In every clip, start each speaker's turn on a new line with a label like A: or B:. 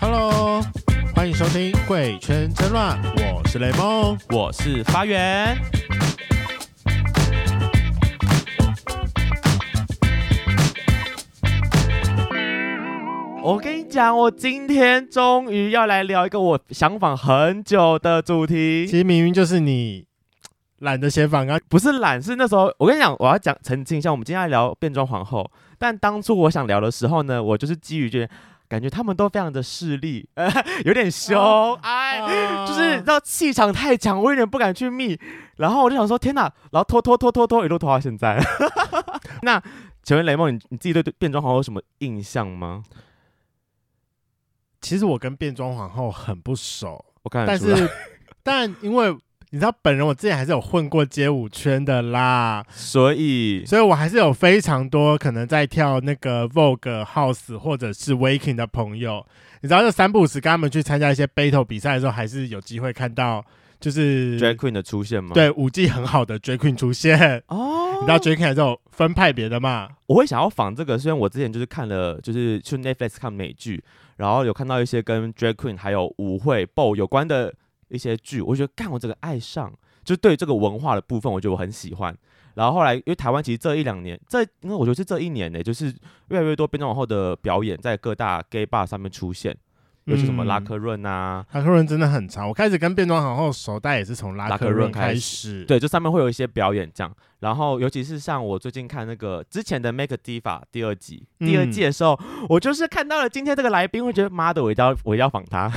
A: Hello，欢迎收听《贵圈真乱》，我是雷梦。
B: 我是发源。我跟你讲，我今天终于要来聊一个我想访很久的主
A: 其
B: 题，
A: 实明明就是你懒得写访纲，
B: 不是懒，是那时候我跟你讲，我要讲澄清一下，我们今天要聊变装皇后，但当初我想聊的时候呢，我就是基于觉得感觉他们都非常的势利， 呃，有点凶，哎、
A: 啊
B: 就是你知道气场太强，我有点不敢去密。然后我就想说，天哪！然后拖拖拖拖拖，一路拖到现在。 那请问雷梦，你你自己对对变装皇后有什么印象吗？
A: 其实我跟变装皇后很不熟，
B: 我看得
A: 但
B: 出来
A: 是 但因为你知道，本人我之前还是有混过街舞圈的啦，
B: 所以
A: 所以我还是有非常多可能在跳那个 Vogue House 或者是 Waking 的朋友，你知道，就三不五时跟他们去参加一些 battle 比赛的时候，还是有机会看到就是
B: drag queen 的出现吗？，
A: 对舞技很好的 Drag Queen 出现。
B: 哦
A: 你知道 Drag Queen 还是有分派别的嘛？
B: 我会想要仿这个，虽然我之前就是看了，就是去 Netflix 看美剧，然后有看到一些跟 drag queen 还有舞会 b 有关的一些剧，我觉得干我这个爱上，就对这个文化的部分，我觉得我很喜欢。然后后来，因为台湾其实这一两年，这因为我觉得是这一年呢、就是越来越多变装皇后的表演在各大 gay bar 上面出现，尤其什么拉
A: 嗯
B: 科润啊，
A: 拉克润真的很长，我开始跟变装皇后熟，但也是从拉克润开始。，
B: 对，就上面会有一些表演这样。然后，尤其是像我最近看那个之前的《Make a Diva》第二集、第二
A: 嗯
B: 季的时候，我就是看到了今天这个来宾，会觉得妈的，我一定要我一定要访他。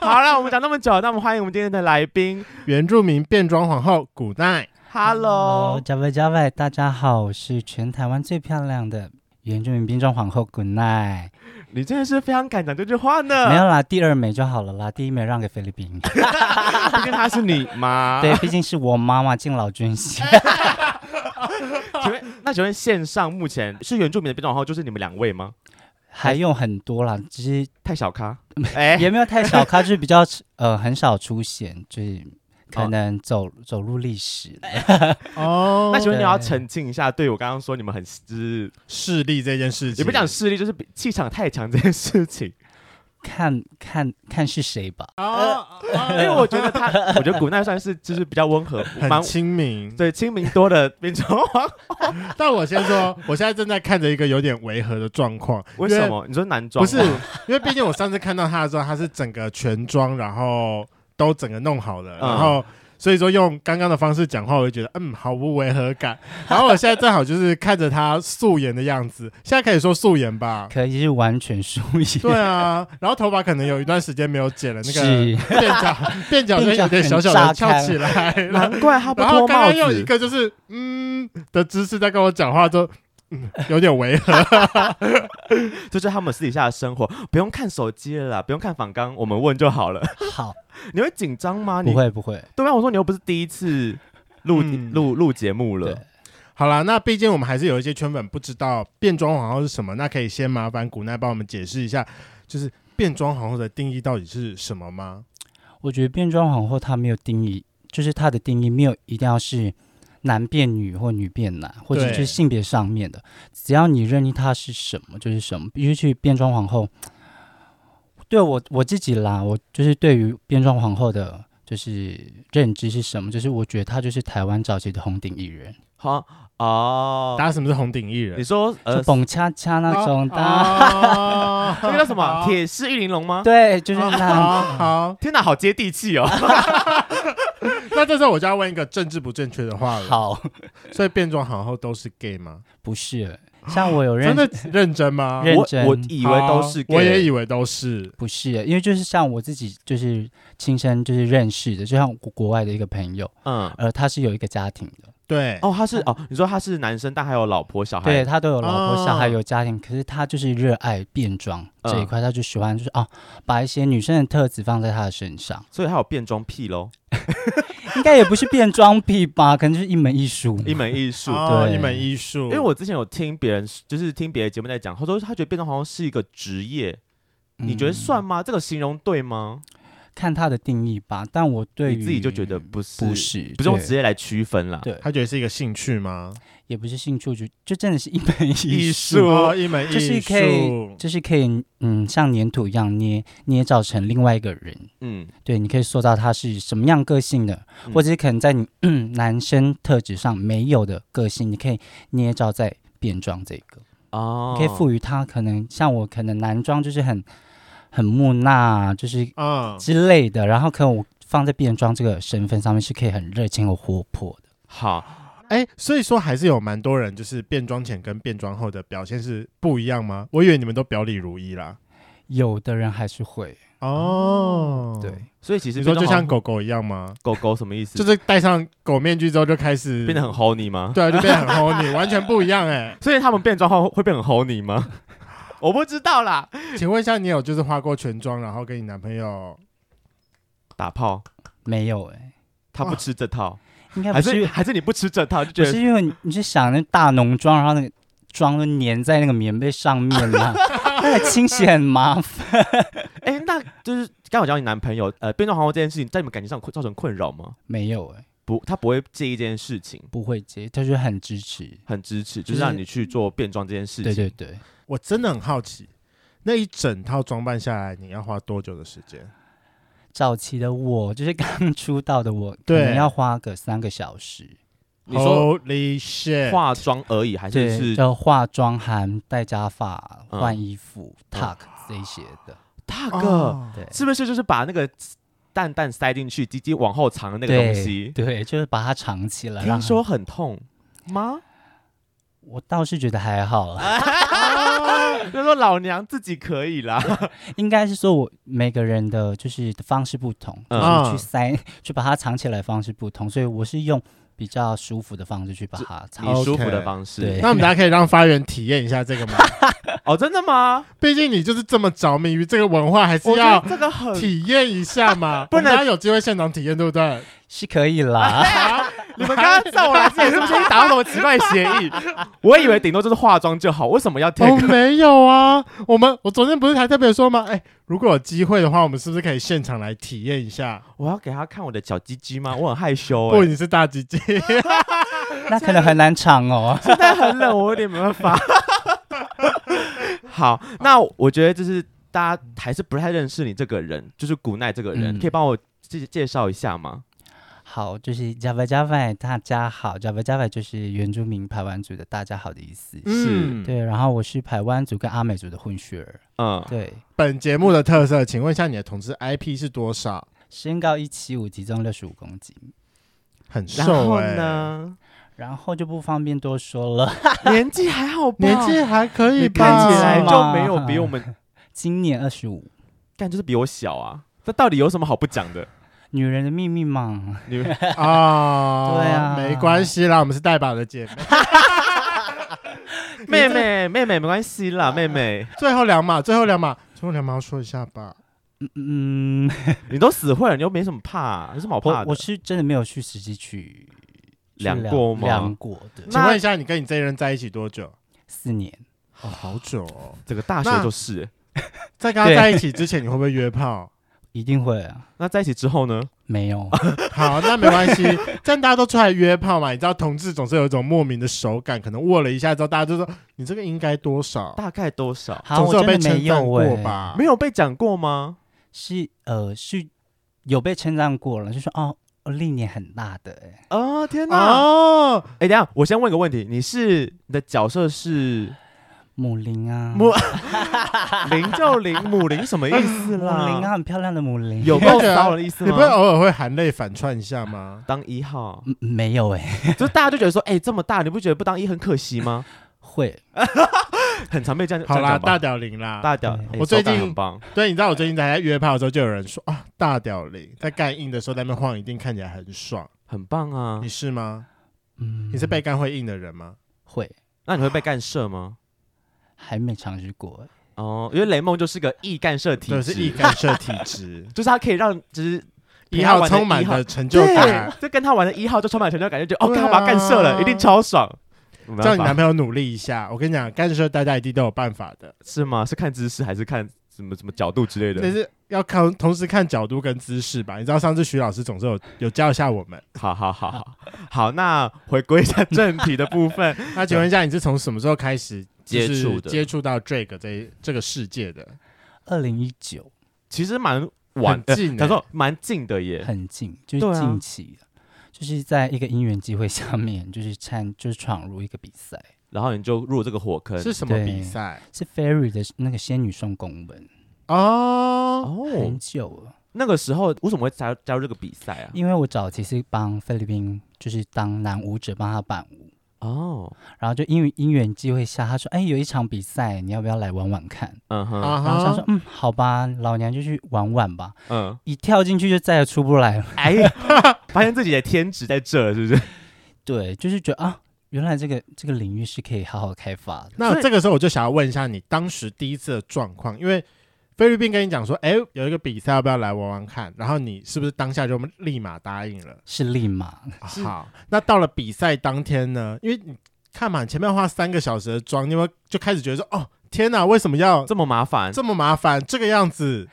B: 好了，我们讲那么久，那我们欢迎我们今天的来宾
A: 原住民变装皇后古 代，
B: ，Hello，
C: 加菲加菲，大家好，我是全台湾最漂亮的原住民变装皇后 Good night。
B: 你真的是非常敢讲这句话呢。
C: 没有啦，第二枚就好了啦，第一枚让给菲律宾。
B: 毕竟他是你妈。
C: 对，，毕竟是我妈妈敬老尊贤。
B: 请问那请问线上目前是原住民的变装皇后，就是你们两位吗？
C: 还有很多啦，只是
B: 太小咖，哎、
C: 也没有太少，咖，就是比较 呃很少出现，就是可能走、走入历史了。
A: 哦
B: 那请问你要
C: 对
B: 澄清一下，对我刚刚说你们很就是
A: 势力这件事情，
B: 也不讲势力，就是比气场太强这件事情。
C: 看看看是谁吧。
A: 哦，
B: 呃因为我觉 得他，我觉得古奈算是就是比较温和，蛮
A: 很亲民。
B: 对亲民 多的变装皇。
A: 但我先说，我现在正在看着一个有点违和的状况，
B: 为什？么？你说男装
A: 不
B: 吗
A: 是，因为毕竟我上次看到他的时候，他是整个全妆，然后都整个弄好了，
B: 嗯
A: 然后。所以说用刚刚的方式讲话，我就觉得嗯毫无违和感。然后我现在正好就是看着他素颜的样子，现在可以说素颜 吧？
C: 可以是完全输赢，
A: 对啊，然后头发可能有一段时间没有剪了，那个
C: 是
A: 辫角辫 角就有点小小的翘起来，然后
B: 难怪他不
A: 然后
B: 脱
A: 刚
B: 帽
A: 刚用一
B: 子。
A: 个就是嗯的姿势在跟我讲话，就嗯有点违和。
B: 这就是他们私底下的生活，不用看手机了啦，不用看访纲，我们问就好了。
C: 好，
B: 你会紧张吗？你
C: 不会不会，
B: 对啊，我说你又不是第一次录
A: 嗯
B: 录录节目
C: 对
B: 了。，
A: 好啦，那毕竟我们还是有一些圈粉不知道变装皇后是什么，那可以先麻烦古奈帮我们解释一下，就是变装皇后的定义到底是什么吗？
C: 我觉得变装皇后她没有定义，就是她的定义没有一定要是男变女或女变男，或者
A: 对
C: 是性别上面的，只要你认定她是什么就是什么。尤其变装皇后，对我我自己啦，我就是对于变装皇后的就是认知是什么，就是我觉得她就是台湾早期的红顶艺人，
B: 好哦
A: 大，家什么是红顶艺人
B: 你？说呃
C: 就，蹦恰恰那种的，
A: 啊，
B: 那个叫什么？
A: 好
B: 铁狮玉玲珑吗？
C: 对，就是那。
A: 好好，
B: 天哪，好接地气哦！
A: 那这时候我就要问一个政治不正确的话了。
C: 好，
A: 所以变装皇后都是 gay 吗？
C: 不是，像我有认
A: 真的认真吗？
C: 认
B: 我
C: 真
B: 我以为都是 gay，
A: 我也以为都是。
C: 不是耶，因为就是像我自己就是亲身就是认识的，就像国国外的一个朋友，
B: 嗯。
C: 呃，他是有一个家庭的，
A: 对，
B: 哦，他是哦，你说他是男生，但还有老婆小孩。
C: 嗯对，他都有老
A: 哦
C: 婆、小孩、有家庭，可是他就是热爱变装
B: 嗯
C: 这一块，他就喜欢就是哦，把一些女生的特质放在他的身上，
B: 所以他有变装癖喽，
C: 应该也不是变装癖吧， 可能就是一门艺术。
B: 一门艺术。
A: 哦
C: 对
A: 一门艺术。
B: 因为我之前有听别人，就是听别的节目在讲，他说他觉得变装皇后是一个职业，你觉得
C: 嗯
B: 算吗？这个形容对吗？
C: 看它的定义吧。但我对于
B: 你自己就觉得不是
C: 不是，
B: 不是用
C: 对
B: 职业来区分啦。
C: 对，
A: 他觉得是一个兴趣吗？
C: 也不是兴趣，就就真的是一门艺
B: 艺
C: 术
B: 术，
A: 哦，一门
C: 就
A: 艺
C: 是可以，
A: 术，
C: 就是可以，嗯，像粘土一样捏捏造成另外一个人。
B: 嗯，
C: 对，你可以塑造他是什么样个性的，或者是可能在你 男生特质上没有的个性，你可以捏造在变装这个，
B: 哦，
C: 你可以赋予他可能像我可能男装就是很很木讷，啊就是
A: 嗯，
C: 之类的，然后可能我放在变装这个身份上面是可以很热情和活泼的。
B: 好，
A: 哎，所以说还是有蛮多人就是变装前跟变装后的表现是不一样吗？我以为你们都表里如一啦。
C: 有的人还是会，
A: 哦，
C: 对，，
B: 所以其实
A: 你说就
B: 变成
A: 像狗狗一样吗？
B: 狗狗什么意思？
A: 就是戴上狗面具之后就开始
B: 变得很 horny 吗？
A: 对啊，就变得很 horny，完全不一样哎、
B: 所以他们变装后会变很 horny 吗？ 我不知道啦。
A: 请问一下，你有就是化过全妆，然后跟你男朋友？
B: 打炮，
C: 没有哎、
B: 他不吃这套，
C: 应该不
B: 还
C: 是
B: 是还是你不吃这套就
C: 不
B: 觉
C: 是
B: 得
C: 因为你你是想那大浓妆，然后那个妆都粘在那个棉被上面了、那个清洗很麻烦。
B: 哎、那就是刚好讲你男朋友呃变装皇后这件事情，在你们感情上会造成困扰吗？
C: 没有哎、
B: 不，他不会介意这件事情，
C: 不会接，他就是很支持。
B: 很支持，
C: 就
B: 就是是让你去做变装这件事情。
C: 对对对，
A: 我真的很好奇，那一整套装扮下来，你要花多久的时间？
C: 早期的我就是刚出道的 我，可
A: 对
C: 能要花个三个小时，
B: 你
A: 哦
B: 说
A: Holy shit！
B: 化妆而已，还是
C: 对，
B: 是
C: 就化妆、含戴假发、
B: 嗯
C: 换衣服、tuck 这些的，
B: 大
A: 哦
B: 哥、
C: 对，
B: 是不是就是把那个蛋蛋塞进去，鸡鸡往后藏的那个
C: 对
B: 东西？
C: 对，就是把它藏起来。然
B: 听
C: 后
B: 说很痛吗？
C: 我倒是觉得还好
B: 啊
C: 啦，
B: 就说老娘自己可以啦。
C: 应该是说我每个人的就是方式不同，
B: 嗯
C: 就是去塞、去把它藏起来方式不同，所以我是用比较舒服的方式去把它藏
B: 你
A: 好。
B: 舒服
A: OK
B: 的方式
C: 对
A: 那我们大家可以让发源体验一下这个吗？
B: 哦，真的吗？
A: 毕竟你就是这么着迷于这个文化，还是
B: 我觉
A: 要
B: 得这个很
A: 体验一下嘛。
B: 不能
A: 我们大家有机会现场体验，对不对？
C: 是可 以啦。
B: 你们刚刚在我来 之前哎是不是已经达到什么奇怪的协议？ 我以为顶多就是化妆就好，为什么要贴
A: 哦，
B: 个？
A: 没有啊，我们我昨天不是还特别说吗？哎、如果有机会的话，我们是不是可以现场来体验一下？
B: 我要给他看我的小鸡鸡吗？我很害 羞哎、
A: 不，你是大鸡 鸡，
C: 那可能很难抢哦。
B: 现在很冷，我有点没办法。 好，那我觉得就是大家还是不太认识你这个人，就是古奈这个人，
C: 嗯
B: 可以帮我介介绍一下吗？
C: 好，就是 Java Java，大家好，Java Java 就是原住民排湾族的大家好的意思。
A: 嗯，
C: 对，然后我是排湾族跟阿美族的混血儿。
B: 嗯，
C: 对，
A: 本节目的特色，请问一下你的同志 IP 是多少？
C: 身高一七五，体重六十五公斤，
A: 很
B: 然
A: 瘦
B: 后
A: 哎、
B: 呢，
C: 然后就不方便多说了。
B: 欸 年纪还好吧？
A: 年纪还可以
C: 你
A: 吧？
B: 看起来
C: 大
B: 就没有比我们，
C: 今年二十五，
B: 干就是比我小啊。这到底有什么好不讲的？
C: 女人的秘密嘛。
B: 你 们
A: 啊，
C: 对啊
A: 没关系啦，我们是代宝的姐 妹。
B: 妹妹妹妹没关系 啦，妹妹。
A: 最后两码，最后两码，最后两码要说一下吧。
C: 嗯，
B: 你都死会了，你又没什么怕、有什么好怕
C: 我
B: 的？
C: 我是真的没有去实际去去
B: 量
C: 量
B: 过吗
C: 量过的
A: 请
B: 那
A: 问一下，你跟你这一任在一起多久？
C: 四年，
A: 哦，好久哦。
B: 这个大
A: 那
B: 学就是。欸
A: 在跟他
C: 对
A: 在一起之前，你会不会约 炮？
C: 一定会啊。
B: 那在一起之后呢？
C: 没 有，
A: 好，那没关系，这样大家都出来约炮嘛。你知道同志总是有一种莫名的手感，可能握了一下之后，大家就说你这个应该多少，
B: 大概多少？
C: 好，
A: 总
C: 我
A: 是有被
C: 真的
A: 称
C: 没
A: 赞
C: 有
A: 过
C: 欸？
A: 吧？
B: 没有被讲过吗？
C: 是呃是有被称赞过了，就说哦，我历年很大的哎、
B: 哦，天哪！哎、
A: 哦，
B: 等一下，我先问个问题，你是你的角色 是
C: 母林啊，
B: 母零就零，母零什么意思
C: 母林
B: 啦？
C: 啊，很漂亮的母林，
B: 有够骚的意思
A: 你不会
B: 吗？
A: 偶尔会含泪反串一下 吗？
B: 当一号，
C: 嗯没有哎、
B: 就大家就觉得说，哎、这么大，你不觉得不当一很可惜 吗？
C: 会
B: 很常被这样
A: 好啦，
B: 这样
A: 大
B: 讲吧
A: 屌零啦，
B: 大屌，
C: 对
B: 哎
A: 我最
B: 手感
A: 近
B: 很棒，
A: 对，你知道我最近在约炮的时候，就有人说啊，大屌零在干硬的时候在那边晃，一定看起来很爽。
B: 很棒啊
A: 你。是吗？
C: 嗯，
A: 你是被干会硬的人吗？
C: 会
B: 那你会被干涉吗？
C: 还没尝试过、欸，
B: 哦，因为雷梦就是个易干涉体
A: 对，
B: 质，。
A: 是易干涉体质
B: 就是他可以让就是
A: 一
B: 陪他
A: 号
B: 玩的
A: 充满
B: 一号
A: 了成就感，
B: 对，就跟他玩的一号就充满成就感，就觉得哦，
A: 对啊
B: 干嘛干射了，一定超爽。
A: 叫你男
B: 朋
A: 朋友努力一下。我跟你讲，干涉大家一定都有办法的。
B: 是吗？是看姿势还是看什么什么角度之类
A: 但
B: 的。
A: 是要看同时看角度跟姿势吧。你知道上次徐老师总是有有教一下我们。
B: 好好好好好，那回归一下正题的部分。
A: 那请问一下，你是从什么时候开始就是
B: 接触的
A: 接触到 Drake 这一这个世界的？
C: 二零一九
B: 其实蛮晚
A: 很
B: 的，
A: 近欸
B: 他说蛮近的耶。
C: 很近，就
B: 对啊
C: 是近期的，就是在一个因缘机会下面，就是参 就是闯入一个比赛，
B: 然后你就入这个火坑，
A: 是什么
C: 对
A: 比赛？
C: 是 Fairy 的那个仙女送公文，
A: 哦，
B: 哦
C: 很，久了。
B: 那个时候为什么会加加入这个比赛啊？
C: 因为我早期是帮菲律宾，就是当男舞者帮他伴舞，
B: 哦，
C: 然后就因为因缘机会下，他说：“哎，有一场比赛，你要不要来玩玩看
B: 嗯哼，
A: 啊？”
C: 然后想
A: 哈
C: 说：“嗯，好吧，老娘就去玩玩吧。
B: 嗯”，
C: 一跳进去就再也出不来了。
B: 哎呀， 发现自己的天职在这了，是 不是？
C: 对，就是觉得啊，原来这个这个领域是可以好好开发的。
A: 那这个时候我就想要问一下你当时第一次的状况，因为菲律宾跟你讲说，哎、有一个比赛，要不要来玩玩看？然后你是不是当下就立马答应了？
C: 是立马，
A: 啊好，那到了比赛当天呢？因为你看嘛，你前面花三个小时的妆，你有没有就开始觉得说，哦，天哪，为什么要
B: 这么麻烦，
A: 这么麻烦，这个样子？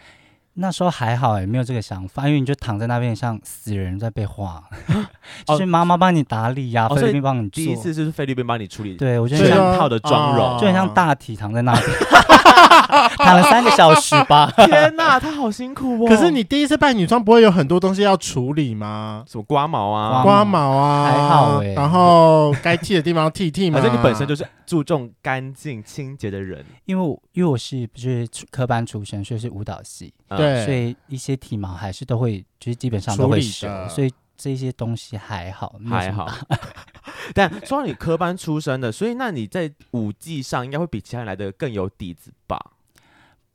C: 那时候还好欸也没有这个想法，因为你就躺在那边像死人在 被画，就是妈妈帮你打理呀、
B: 哦
C: 菲
B: 所以
C: 律宾帮你做。
B: 第一次啊就是菲律宾帮你处理，
C: 对我就
B: 这
C: 很像
B: 样套的妆容
A: 哦
C: 就很像大体躺在那 里，躺了三个小时吧。
B: 天哪，他好辛苦哦。
A: 可是你第一次扮女装，不会有很多东西要处理吗？
B: 什么刮毛啊？
C: 刮
A: 刮毛啊，
C: 还好欸
A: 然后该剃的地方要剃剃嘛。
B: 反哦正你本身就是是注重干净清洁的人，
C: 因为我因为我是不是出科班出身，所以是舞蹈系，
B: 嗯，
C: 所
A: 对，
C: 以一些体毛还是都会，就是基本上都会
A: 处
C: 修
A: 理的，
C: 所以这些东西还好，没有
B: 还
C: 什么
B: 好。 但说到你科班出身的，所以那你在舞技上应该会比其他人来的更有底子吧？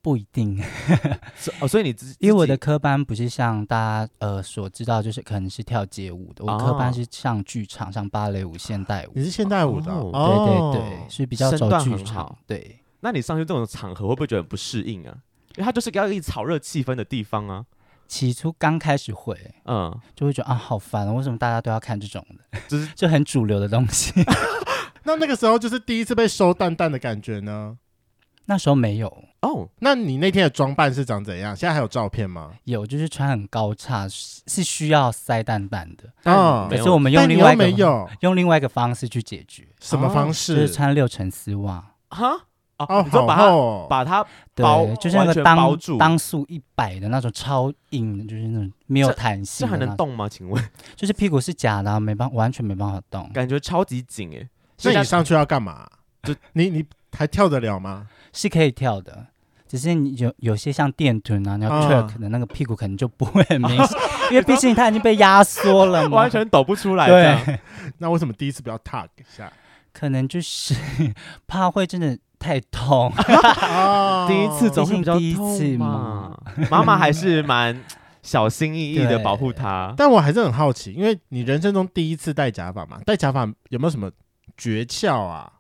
C: 不一定，
B: 是哦，所以你自
C: 因为我的
B: 自己
C: 科班不是像大家呃所知道，就是可能是跳街舞的，我科
B: 哦
C: 班是上剧场、上芭蕾舞、现代舞
A: 你，是现代舞的哦，
C: 对对
A: 哦
C: 对，是比较
B: 身
C: 走
B: 段
C: 剧
B: 很
C: 场
B: 好，
C: 对。
B: 那你上去这种场合会不会觉得很不适应啊？因为它就是要一直炒热气氛的地方啊。
C: 起初刚开始会，
B: 嗯，
C: 就会觉得啊，好烦哦，为什么大家都要看这种的，
B: 就是
C: 就很主流的东西。
A: 那那个时候就是第一次被收蛋蛋的感觉呢。
C: 那时候没有，
B: 哦，
A: 那你那天的装扮是长怎样？现在还有照片吗？
C: 有就是穿很高叉，是是需要塞蛋蛋的。
A: 哦
B: 没
C: 可
B: 有
C: 是我们用
A: 但你
C: 另外
A: 又
C: 一个
A: 没有
C: 用另外一个方式去解决，
A: 什么方
B: 哦
A: 式？
C: 就是穿六层丝袜，
B: 哈哦，
A: 哦，
B: 你就
A: 好
B: 把它
A: 厚哦。
B: 把它包
C: 对，就是那
B: 完全
C: 个
B: 包
C: 当
B: 住
C: 当速一百的那种超硬的，就是那种没有弹
B: 这
C: 性
B: 还
C: 的
B: 能
C: 那种，
B: 动吗？请 问，
C: 就是屁股是假的啊、没办完全没办法动，
B: 感觉超级紧哎。
A: 那
B: 所
A: 你
B: 以
A: 上去要干嘛？
B: 就
A: 你你还跳得了吗？
C: 是可以跳的。只是你有有些像电臀啊，你要
A: 嗯
C: tuck 的那个屁股可能就不会很明显，因为毕竟它已经被压缩了嘛。
B: 啊完全抖不出来。
C: 对
B: 这样
A: 那为什么第一次不要 tag 一下？
C: 可能就是 怕会真的太痛，
A: 哦
B: 第一次总会比较
C: 毕竟第一
B: 痛
C: 次
B: 嘛
C: 嘛。
B: 妈妈还是蛮小心翼翼的
C: 对
B: 保护他。
A: 但我还是很好奇，因为你人生中第一次戴假发嘛，戴假发有没有什么诀窍啊？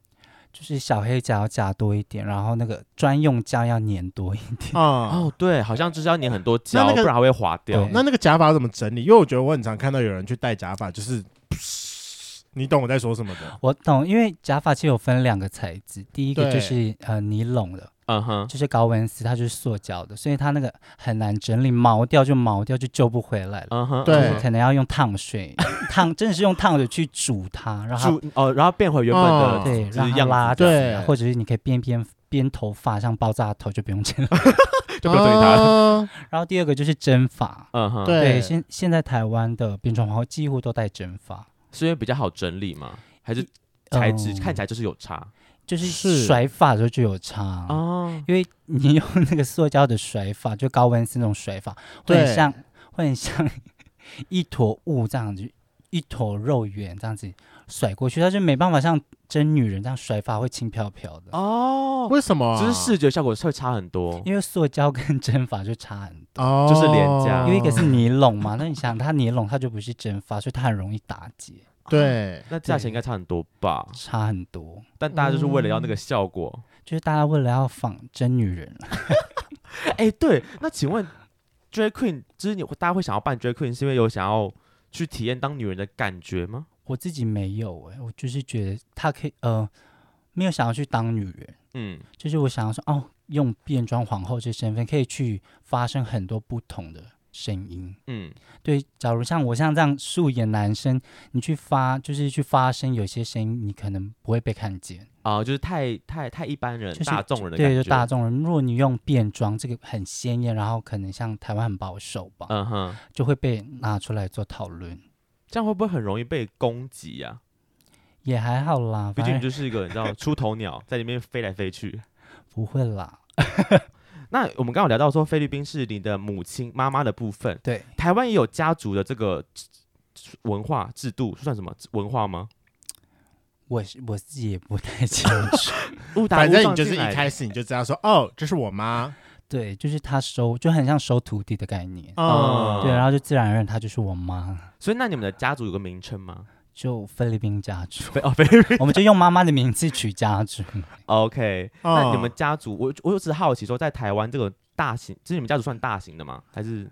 C: 就是小黑夹要夹多一点，然后那个专用胶要粘多一点。
A: 啊、
B: 哦，对，好像就是要粘很多胶，
A: 那那个
B: 不然还会滑掉
C: 对。
A: 那那个假发怎么整理？因为我觉得我很常看到有人去戴假发，就是 你懂我在说什么的。
C: 我懂，因为假发其实有分两个材质，第一个
A: 对
C: 就是呃尼龙的，
B: 嗯哼，
C: 就是高温丝，它就是塑胶的，所以它那个很难整理，毛掉就毛掉，就救不回来了。
B: 嗯哼，
A: 对
B: 嗯哼
C: 可能要用烫水， 烫真的是用烫水去煮它，让它
B: 住哦，然后变回原本
A: 哦
B: 的，
C: 对
B: 就
C: 让
B: 是
C: 它
B: 样
C: 拉
B: 子，
C: 直
A: 对
C: 啊，或者是你可以编编编头发，像爆炸头就不 用剪了。
B: 就不要对他了。
A: 哦
C: 然后第二个就是针法，
B: 嗯哼，
A: 对
C: 对，现现在台湾的变装皇后几乎都戴真发，
B: 是因为比较好整理嘛，还是材质
C: 嗯
B: 看起来就是有差
C: 就是
A: 是
C: 甩发的时候就有差啊，
B: 哦。
C: 因为你用那个塑胶的甩发，就高温丝那种甩发，会
A: 对
C: 很像会很像 一坨雾这样子，一坨肉圆这样子甩过去，它就没办法像真女人这样甩发会轻飘飘的，
B: 哦，
A: 为什么、啊？
B: 就是视觉效果会差很多。
C: 因为塑胶跟 真发就差很多。
A: 哦，
B: 就是廉价
C: 因为一个是尼龙嘛，那你想它尼龙它就不是真发，所以它很容易打结，
A: 对，
B: 那价钱应该差很多吧？
C: 差很多。
B: 但大家就是为了要
C: 嗯
B: 那个效果。
C: 就是大家为了要仿真女人，
B: 哎，对，那请问 drag queen，就是你大家会想要扮 drag queen，是因为有想要去体验当女人的感觉吗？
C: 我自己没有哎、我就是觉得她可以呃，没有想要去当女人，
B: 嗯，
C: 就是我想要说哦，用变装皇后这身份，可以去发生很多不同的声音。
B: 嗯，
C: 对，假如像我像这样素颜男生，你去发就是去发声，有些声音你可能不会被看见。
B: 啊、就是太太太一般人、
C: 就是
B: 大众人的感
C: 对，
B: 觉，
C: 就大众人，如果你用变装，这个很鲜艳，然后可能像台湾很保守吧，
B: 嗯哼，
C: 就会被拿出来做讨论，
B: 这样会不会很容易被攻击啊呀、
C: 也还好啦，
B: 啊？毕
C: 反
B: 竟你
C: 正
B: 就是一个你知道出头鸟，在里面飞来飞去。
C: 不会啦。
B: 那我们刚刚有聊到说菲律宾是你的母亲妈妈的部分，
C: 对，
B: 台湾也有家族的这个文化制度，算什么文化吗？
C: 我是我自己也不太清楚。
B: 误打
A: 反
B: 误
A: 正
B: 撞
A: 你就是
B: 进来
A: 一开始你就知道说，哦，这是我妈，
C: 对，就是他收，就很像收徒弟的概念。
A: 嗯，
C: 对，然后就自然而然，她就是我妈，
B: 所以那你们的家族有个名 称吗？
C: 就菲律宾家 族，
B: 哦，菲律宾。
C: 我们就用妈妈的名字取家族。
B: OK，、那
A: 嗯
B: 你们家族，我我只是好奇说，在台湾这个大型，就是你们家族算大型的吗？还是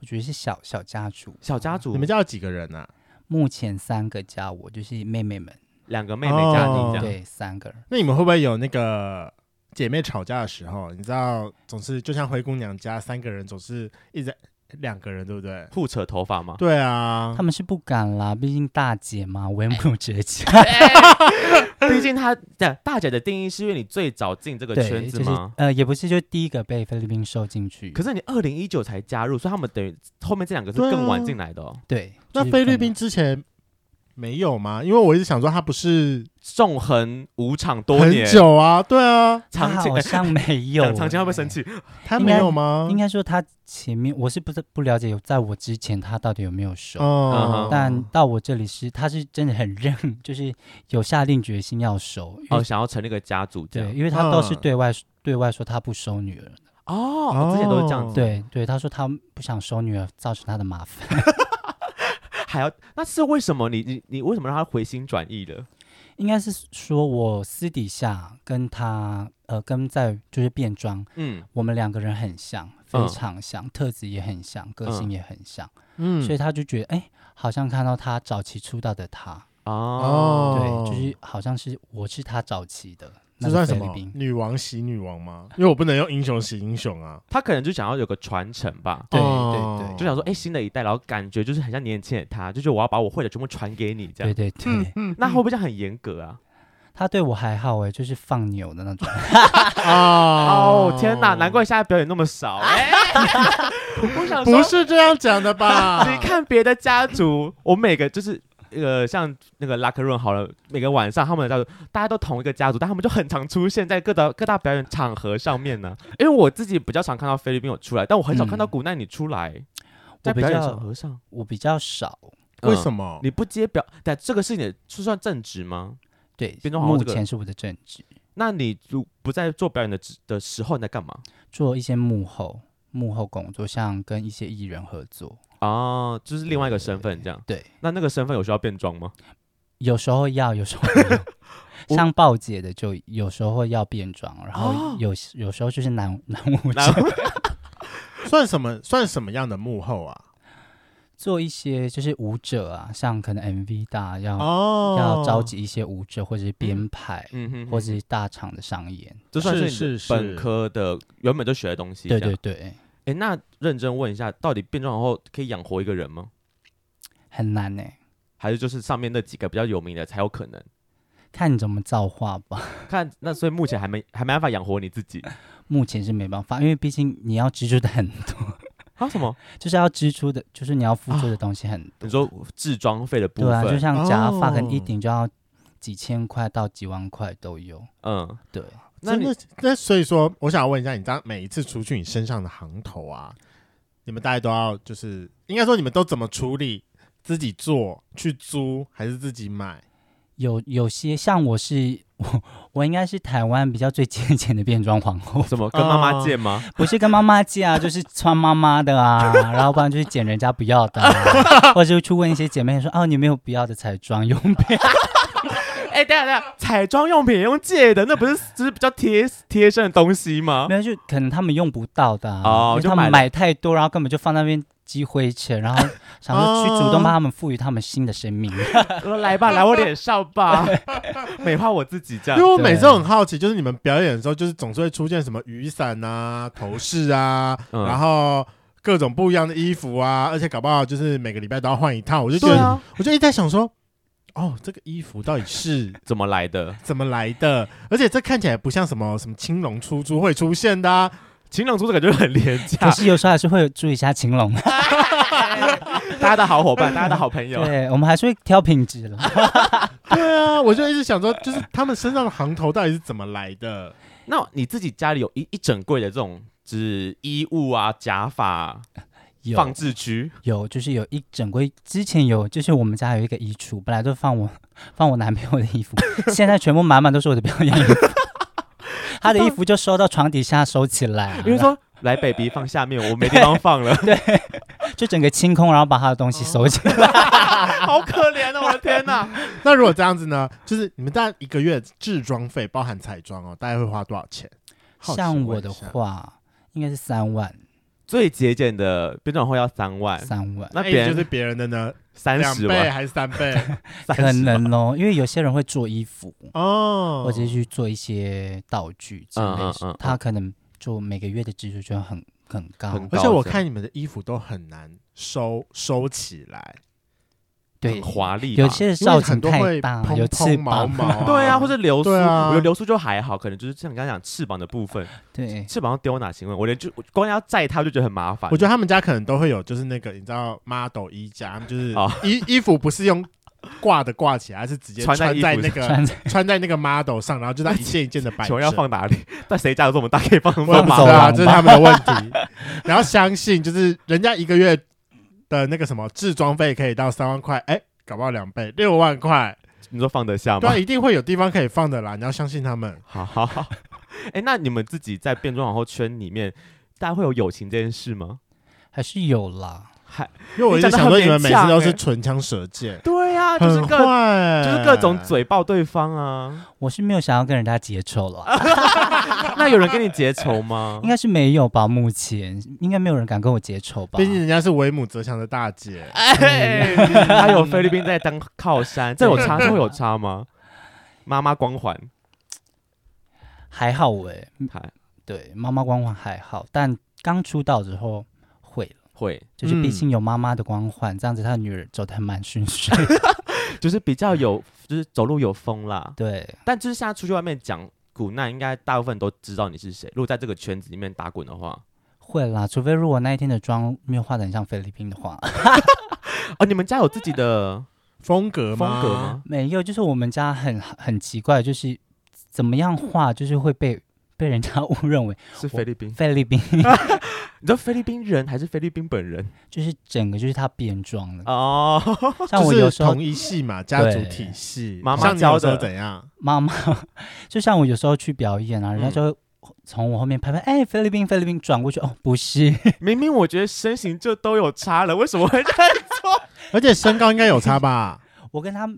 C: 我觉得是小小家族，
B: 小家
C: 嗯
B: 族？
A: 你们家有几个人啊？
C: 目前三个加我就是妹妹们，
B: 两个妹妹加你
A: 哦
B: 这样？
C: 对，三个人。
B: 嗯
A: 那你们会不会有那个姐妹吵架的时候？你知道，总是就像灰姑娘家三个人总是一直两个人，对不对？
B: 互扯头发吗？
A: 对啊
C: 啊他，们是不敢啦，毕竟大姐嘛，为母则 强。
B: 毕竟她大大姐的定义是因为你最早进这个
C: 对，
B: 圈
C: 就
B: 子
C: 是
B: 吗？
C: 呃，也不是，就第一个被菲律宾收进去。
B: 可是你二零一九才加入，所以他们等于后面这两个是
A: 对啊
B: 更晚进来的、哦，
C: 对，
A: 那
C: 就是
A: 菲律
C: 更
A: 宾之前没有吗？因为我一直想说，她不是
B: 纵横五场多
A: 很
B: 年，
A: 久啊，对啊，
C: 他
B: 长期
C: 好哎像没 有、
B: 讲长期会不会生？气？
A: 她
C: 应
A: 没
C: 该
A: 有吗
C: 应？该说他前面我是不是不了解，有在我之前他到底有没有收？
A: 哦
B: 嗯
C: 但到我这里是，他是真的很认，就是有下定决心要收。因为
B: 哦，想要成立一个家族这
C: 对，
B: 样。
C: 因为他都是
A: 嗯
C: 对外、对外说他不收女儿。
B: 哦，我之前都是这样
A: 哦
B: 子，
C: 对对，他说他不想收女儿，造成他的麻烦。
B: 还要那是为什么你？你你为什么让他回心转意了？
C: 应该是说我私底下跟他呃跟在就是变装，
B: 嗯，
C: 我们两个人很像，非
B: 嗯
C: 常像，特质也很像，个性也很像，
A: 嗯
C: 所以他就觉得，哎、好像看到他早期出道的他，
B: 哦，
C: 对，就是好像是我是他早期的，那
A: 这
C: 个
A: 算什
C: 菲律
A: 么
C: 宾？
A: 女王洗女王吗？因为我不能用英雄洗英雄啊。
B: 他可能就想要有个传承吧。
C: 对
A: 哦
C: 对
B: 就想说，哎、新的一代，然后感觉就是很像年轻人的他，就觉得我要把我会的全部传给你这
C: 对嗯
B: 样。
C: 对对，
A: 嗯
B: 那会不会这样很严格啊？
C: 他对我还好哎、就是放牛的那种，
A: 哦
B: 哦，天哪，难怪现在表演那么少。 哎我想说
A: 不，是这样讲的吧？
B: 你看别的家 族，我每个就是。呃，像那个拉克润好了，每个晚上他们的家族，大家都同一个家族，但他们就很常出现在各大各大表演场合上面 呢、因为我自己比较常看到菲律宾有出来，但我很少看到
C: 嗯
B: 古奈你出来，
C: 我
B: 在
C: 比
B: 表演
C: 较
B: 场合上。
C: 我比较少。
A: 为什
B: 么
A: 么？
B: 你不接表？但这个是你的是算正职吗？
C: 对，
B: 变装皇后
C: 目
B: 这个
C: 前是我的正职，
B: 那你如不在做表演的职的时候，你在干嘛？
C: 做一些幕后幕后工作，像跟一些艺人合作，
B: 哦，就是另外一个身份这样。
C: 对，
B: 那那个身份有需要变装 吗？
C: 有时候要，有时候没有
B: 我
C: 像豹姐的就有时候要变装，然后
B: 哦
C: 有、有时候就是男 男舞者
B: 男
A: 算什么？算什么样的幕后啊？
C: 做一些就是舞者啊，像可能 MV 大要、
A: 哦，
C: 要召集一些舞者或者是编排，
B: 嗯哼
C: 或者是大场的商演。
B: 这算
A: 是
B: 是你
A: 是
B: 的
A: 是
B: 本科的原本就学的东西。
C: 对对。对，
B: 哎，那认真问一下，到底变装皇后可以养活一个人吗？
C: 很难欸呢、
B: 还是就是上面那几个比较有名的才有可能？
C: 看你怎么造化吧。
B: 看，那所以目前还没还没办法养活你自己
C: 目前是没办法，因为毕竟你要支出的很多，
B: 啊？什么？
C: 就是要支出的，就是你要付出的东西很多。
B: 你说置装费的啊部
C: 对啊，就
B: 分？
C: 像假发跟
A: 哦
C: 一顶就要几千块到几万块都有。
B: 嗯，
C: 对，
B: 那
A: 真
B: 你
A: 的那所以说，我想问一下，你当每一次除去你身上的行头啊，你们大概都要就是，应该说你们都怎么处理？自己做、去租还是自己买？
C: 有有些像我是 我我应该是台湾比较最节俭的变装皇后，
B: 什么跟妈妈借吗？
C: 不是跟妈妈借啊，就是穿妈妈 的啊，然后不然就是捡人家不要的、啊，或者就去问一些姐妹说哦，你没有不要的彩妆用
B: 啊
C: 品，
B: 哎，等一下等一下，彩妆用品也用借的，那不是就是比较贴贴身的东西吗
C: 没？有就可能他们用不到的、啊，
B: 哦
C: 因为
B: 就
C: 他
B: 买
C: 们
B: 了
C: 买太多，然后根本就放那边积灰尘，然后想说
B: 哦
C: 去主动帮他们赋予他们新的生命。
B: 我说 来 吧，来我脸上吧，美化我自己这
A: 因为我
B: 样。
A: 每次都
C: 对
A: 很好奇，就是你们表演的时候，就是总是会出现什么雨伞 啊、头饰啊，
B: 嗯
A: 然后各种不一样的衣服啊，而且搞不好就是每个礼拜都要换一套。我就觉
B: 对
A: 得，
B: 啊，
A: 我就一直在想说，哦，这个衣服到底 是
B: 怎么来的？
A: 怎么来的？而且这看起来不像什么什么青龙出租会出现的、啊，
B: 晴朗组的感觉很廉价
C: 可，是有时候还是会注意一下晴朗，
B: 大家的好伙伴，大家的好朋友。
C: 对我们还是会挑品质了。
A: 对啊，我就一直想说，就是他们身上的行头到底是怎么来的？
B: 那你自己家里有一一整柜的这种，就是衣物啊、假发放
C: 有
B: 置区，
C: 有，就是有一整柜，之前有就是我们家有一个衣橱，本来就放我 放我男朋友的衣服， 现在全部满满都是我的表演衣服。他的衣服就收到床底下收起来，
B: 比如说来 baby 放下面，我没地方 放了，
C: 就整个清空，然后把他的东西收起来。
B: 好可怜哦！我的天哪，
A: 那如果这样子呢？就是你们大概一个月制装费包含彩妆哦，大概会花多少钱？好奇
C: 像我
A: 问一
C: 的
A: 下
C: 话，应该是三万，
B: 最节俭的变装会要三万，
C: 三万，
B: 那
A: 哎
B: 别人
A: 就是别人的呢，
B: 三
A: 两
B: 十
A: 倍
B: 万，
A: 还是三 倍？
C: 可
B: 30万
C: 能哦，因为有些人会做衣服，
A: 哦，
C: 或者是去做一些道具之类
B: 嗯嗯
C: 的，
B: 嗯嗯
C: 他可能就每个月的支出就很很高，
B: 很
A: 而且我
B: 高这样
A: 看你们的衣服都很难收收起来，
C: 对
B: 很，华丽吧，
C: 有些
A: 因为
C: 造
A: 很
C: 型
A: 多
C: 太
A: 会
C: 大，
A: 蓬
C: 有翅
A: 蓬毛
C: 膀，
A: 毛啊，
B: 对啊，或者流苏，
A: 对啊
B: 我觉得流苏就还好，可能就是像你刚刚讲翅膀的部分，
C: 对，
B: 翅膀要丢哪？请问我连就我光要载它就觉得很麻烦。
A: 我觉得他们家可能都会有，就是那个你知道 model 衣架，他们就是
B: 哦
A: 衣衣服不是用挂的挂起来，而是直接
B: 穿
A: 穿
B: 在衣服
A: 在那个
C: 穿着
A: 穿在那个 model 上，然后就在一件一件 的摆
B: 请
A: 着。
B: 问要放哪里？但谁家有这么大可以放
A: 我也
B: 放
A: 不
B: 马
A: 知
C: 走
A: 道啊，
C: 廊吧
A: 这是他们的问 题。然后相信就是人家一个月的那个什么制装费可以到三万块，哎、搞不好两倍六万块，
B: 你说放得下
A: 对
B: 吗
A: 啊，？一定会有地方可以放的啦。你要相信他们。
B: 好好好。哎、那你们自己在变装皇后圈里面，大家会有友情这件事吗？
C: 还是有啦，
B: 还
A: 因为我一直想说，你们每次都是唇枪舌剑，
B: 对欸啊，就是
A: 很
B: 各
A: 坏，欸
B: 就是各种。嘴爆对方啊。
C: 我是没有想要跟人家结仇了，
B: 那有人跟你结仇 吗
C: 应？该是没有吧，目前应该没有人敢跟我结仇吧
A: 毕，竟人家是为母则强的大姐，
C: 呃
B: 哎，他有菲律宾在当靠山，这有差，这会有差吗？妈妈光环，
C: 还好喂、
B: 嗯还
C: 对，妈妈光环还好，但刚出道之后会了。
B: 会
C: 就是
A: 嗯
C: 毕竟有妈妈的光环，这样子她的女儿走得蛮顺遂。
B: 就是比较 有，就是走路有风啦。
C: 对，
B: 但就是现在出去外面讲古难，应该大部分都知道你是谁。如果在这个圈子里面打滚的话，
C: 会啦，除非如果那一天的妆没有化得很像菲律宾的话，
B: 哦，你们家有自己的
A: 风格
B: 风格吗？
C: 没有。就是我们家很很奇怪，就是怎么样化，就是会被被人家误认为
B: 是菲律宾？
C: 菲律宾，
B: 你知道菲律宾人还是菲律宾本人？
C: 就是整个就是她变装了。
B: 哦，
C: 像我有
A: 就是
C: 时候
A: 同一系嘛，家族体系，
B: 妈妈
A: 像你
B: 教
A: 有时候
B: 的
A: 怎样？
C: 妈 妈，就像我有时候去表演啊，人家
B: 嗯
C: 就会从我后面拍拍，哎、菲律宾，菲律宾，转过去，哦，不是，
B: 明明我觉得身形就都有差了，为什么会这样？
A: 而且身高应该有差吧？
C: 我跟他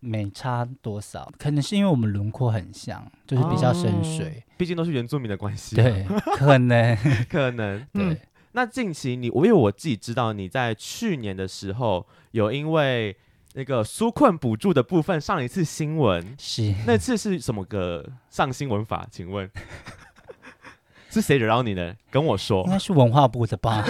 C: 没差多少，可能是因为我们轮廓很像，就是比较
A: 哦
C: 深邃。
B: 毕竟都是原住民的关系，，
C: 对，可能
B: 可能。
A: 嗯
C: 对，
B: 那近期你，我因为我自己知道你在去年的时候有因为那个纾困补助的部分上了一次新闻，
C: 是
B: 那次是什么个上新闻法？请问 是谁惹到你呢？跟我说
C: 应。该是文化部的 吧，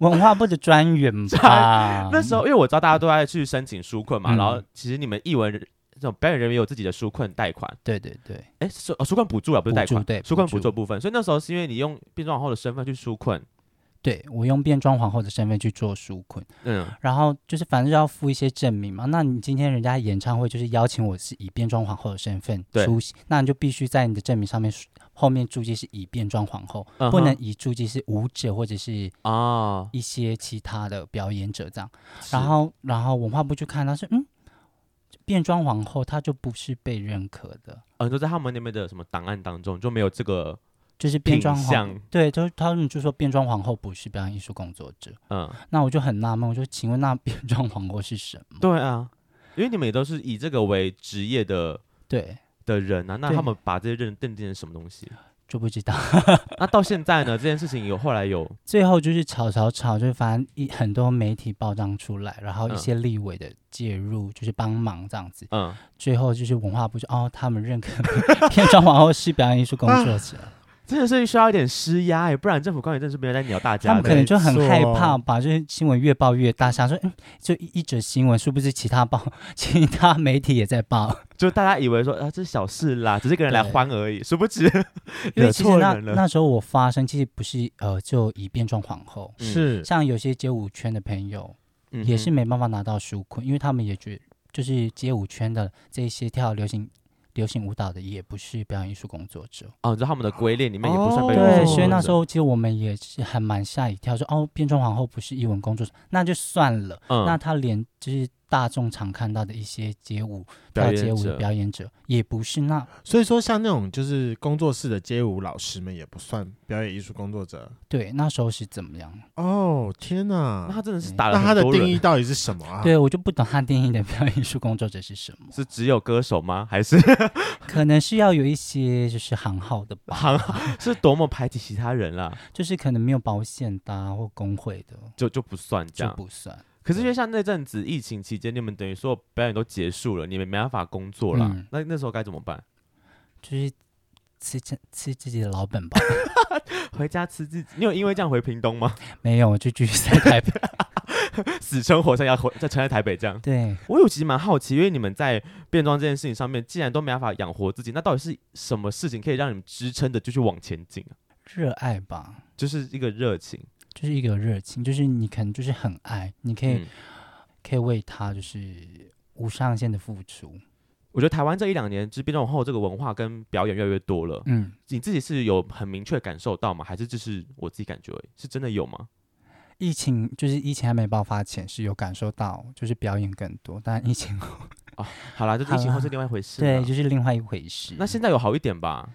C: 文化部的专员吧。
B: 那时候因为我知道大家都在去申请纾困嘛，
C: 嗯
B: 然后其实你们艺文人这种表演人员有自己的纾困贷款，
C: 对对对，
B: 哎，纾哦纾困补助啊，不是贷款
C: 补助，对
B: 纾困
C: 补助
B: 补助的部分。所以那时候是因为你用变装皇后的身份去纾困，
C: 对我用变装皇后的身份去做纾困，
B: 嗯，
C: 然后就是反正要付一些证明嘛。那你今天人家演唱会就是邀请我是以变装皇后的身份
B: 对
C: 出席，那你就必须在你的证明上面后面注记是以变装皇后，
B: 嗯哼
C: 不能以注记是舞者或者是
B: 啊，
C: 一些其他的表演者这样。然后，然后文化部就看到是，嗯，变装皇后她就不是被认可的，
B: 嗯，就在他们那边的什么档案当中就没有这个，
C: 就是变
B: 品
C: 装皇
B: 相，
C: 对，就是他们就说变装皇后不是表演艺术工作者。
B: 嗯，
C: 那我就很纳闷，我说，请问那变装皇后是什么？
B: 对啊，因为你们也都是以这个为职业的
C: 对，
B: 的人啊，那
C: 对
B: 他们把这些认认定成什么东西？
C: 就不知道。
B: 那到现在呢，这件事情有后来有
C: 最后就是吵吵吵，就是反正一很多媒体报章出来，然后一
B: 嗯
C: 些立委的介入，就是帮忙这样子。
B: 嗯，
C: 最后就是文化部就哦，他们认可 片装皇后是表演艺术工作者，
B: 啊真的是需要一点施压哎，不然政府官员真的是没有在鸟大
C: 他
B: 家
C: 们可
B: 的。
C: 能就很害
A: 没
C: 怕
A: 错
C: 吧，就是新闻越报越大，想说嗯，就一一则新闻，殊不知其他报 其他媒体也在报，
B: 就大家以为说啊，这是小事啦，只是一个人来
C: 对
B: 欢而已，殊不知
C: 因
B: 惹
C: 为其实
B: 错
C: 那
B: 人了。
C: 那时候我发生其实不是呃，就以变装皇后，
B: 嗯
A: 是
C: 像有些街舞圈的朋友，
B: 嗯
C: 也是
B: 哼
C: 没办法拿到纾困，因为他们也觉就是街舞圈的这一些跳流行流行舞蹈的，也不是表演艺术工作者。
B: 哦，你知道他们的归类里面也不算被
A: 哦对
C: 对，
B: 认
C: 所以那时
B: 作者
C: 候其实我们也是还蛮吓一跳，说哦，变装皇后不是艺文工作者，那就算了。
B: 嗯
C: 那他连就是大众常看到的一些街舞
B: 表
C: 跳
B: 演
C: 街舞的
B: 者
C: 表演者，也不是那
A: 所以说像那种就是工作室的街舞老师们也不算表演艺术工作者。
C: 对那时候是怎么样？
A: 哦，天
B: 那
A: 哪！
B: 他真的是
C: 嗯
B: 打了
A: 那他
B: 很
A: 的
B: 多
A: 定
B: 人，
A: 义到底是什么啊？
C: 对我就不懂他定义的表演艺术工作者是什么，
B: 是只有歌手吗？还是
C: 可能是要有一些就是行号的吧，
B: 行是多么排挤其他人啦？
C: 就是可能没有保险的、啊、或工会的
B: 就就不算这
C: 就
B: 样。
C: 不算。
B: 可是因为像那阵子疫情期间，你们等于说表演都结束了，你们没办法工作啦。
C: 嗯
B: 那那时候该怎么办？
C: 就是吃自吃自己的老本吧。
B: 回家吃自己？你有因为这样回屏东吗？
C: 没有，我就继续在台北。
B: 死撑活撑要回再撑在台北这样？
C: 对，
B: 我有其实蛮好奇，因为你们在变装这件事情上面，既然都没办法养活自己，那到底是什么事情可以让你们支撑的继续往前进啊？
C: 热爱吧，
B: 就是一个热情，
C: 就是一个热情，就是你可能就是很爱，你可以、
B: 嗯
C: 可以为他就是无上限的付出。
B: 我觉得台湾这一两年，就是变装后这个文化跟表演越来越多了。
C: 嗯，
B: 你自己是有很明确感受到吗？还是只是我自己感觉而已？是真的有吗？
C: 疫情就是疫情还没爆发前是有感受到，就是表演更多，但疫情后
B: 哦好啦，就是疫情后是另外一回事啦。
C: 对就是另外一回事。
B: 啊那现在有好一点吧？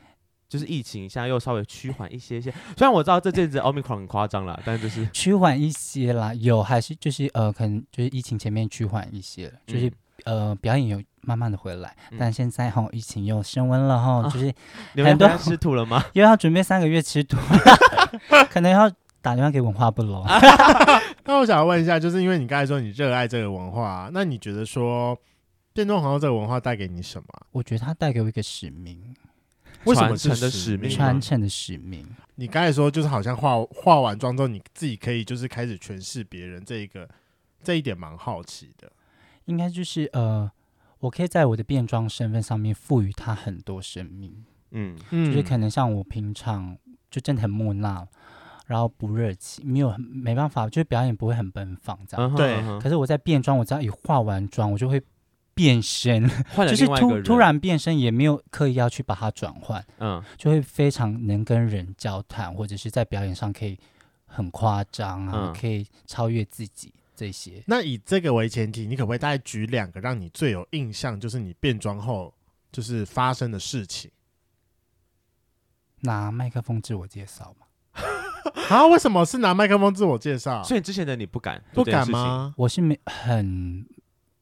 B: 就是疫情现在又稍微趋缓一些些，虽然我知道这阵子 Omicron 很夸张啦，但就是
C: 趋缓一些啦，有还是就是呃，可能就是疫情前面趋缓一些了，就是、
B: 嗯
C: 呃表演有慢慢的回来，
B: 嗯
C: 但现在哈疫情又升温了哈，
B: 啊
C: 就是
B: 你们
C: 很多
B: 家吃土了吗？
C: 又要准备三个月吃土， 可能要打电话给文化部喽。
B: 啊
A: 那我想要问一下，就是因为你刚才说你热爱这个文化啊，那你觉得说变装皇后这个文化带给你什么啊？
C: 我觉得它带给我一个使命，
A: 为什么
B: 传承
A: 是
B: 的使命
A: 啊
C: 传承的使命。
A: 你刚才说就是好像化化完妆之后，你自己可以就是开始诠释别人这一个这一点蛮好奇的。
C: 应该就是呃，我可以在我的变装身份上面赋予它很多生命，
B: 嗯，
A: 嗯
C: 就是可能像我平常就真的很木讷，然后不热情，没有很没办法，就是表演不会很奔放这样。
B: 嗯哼
A: 对
B: 嗯哼
C: 可是我在变装，我只要一化完妆，我就会变身，
B: 换了
C: 就是
B: 另外一个
C: 突
B: 人
C: 突，然变身，也没有刻意要去把它转换。
B: 嗯，
C: 就会非常能跟人交谈，或者是在表演上可以很夸张啊，
B: 嗯
C: 可以超越自己这些。
A: 那以这个为前提，你可不可以大概举两个让你最有印象，就是你变装后就是发生的事情
C: 拿麦克风自我介绍嘛，
A: 啊？为什么是拿麦克风自我介绍？
B: 所以之前的你不敢
A: 不
B: 做这件
A: 敢
B: 事情？
A: 吗？
C: 我是没很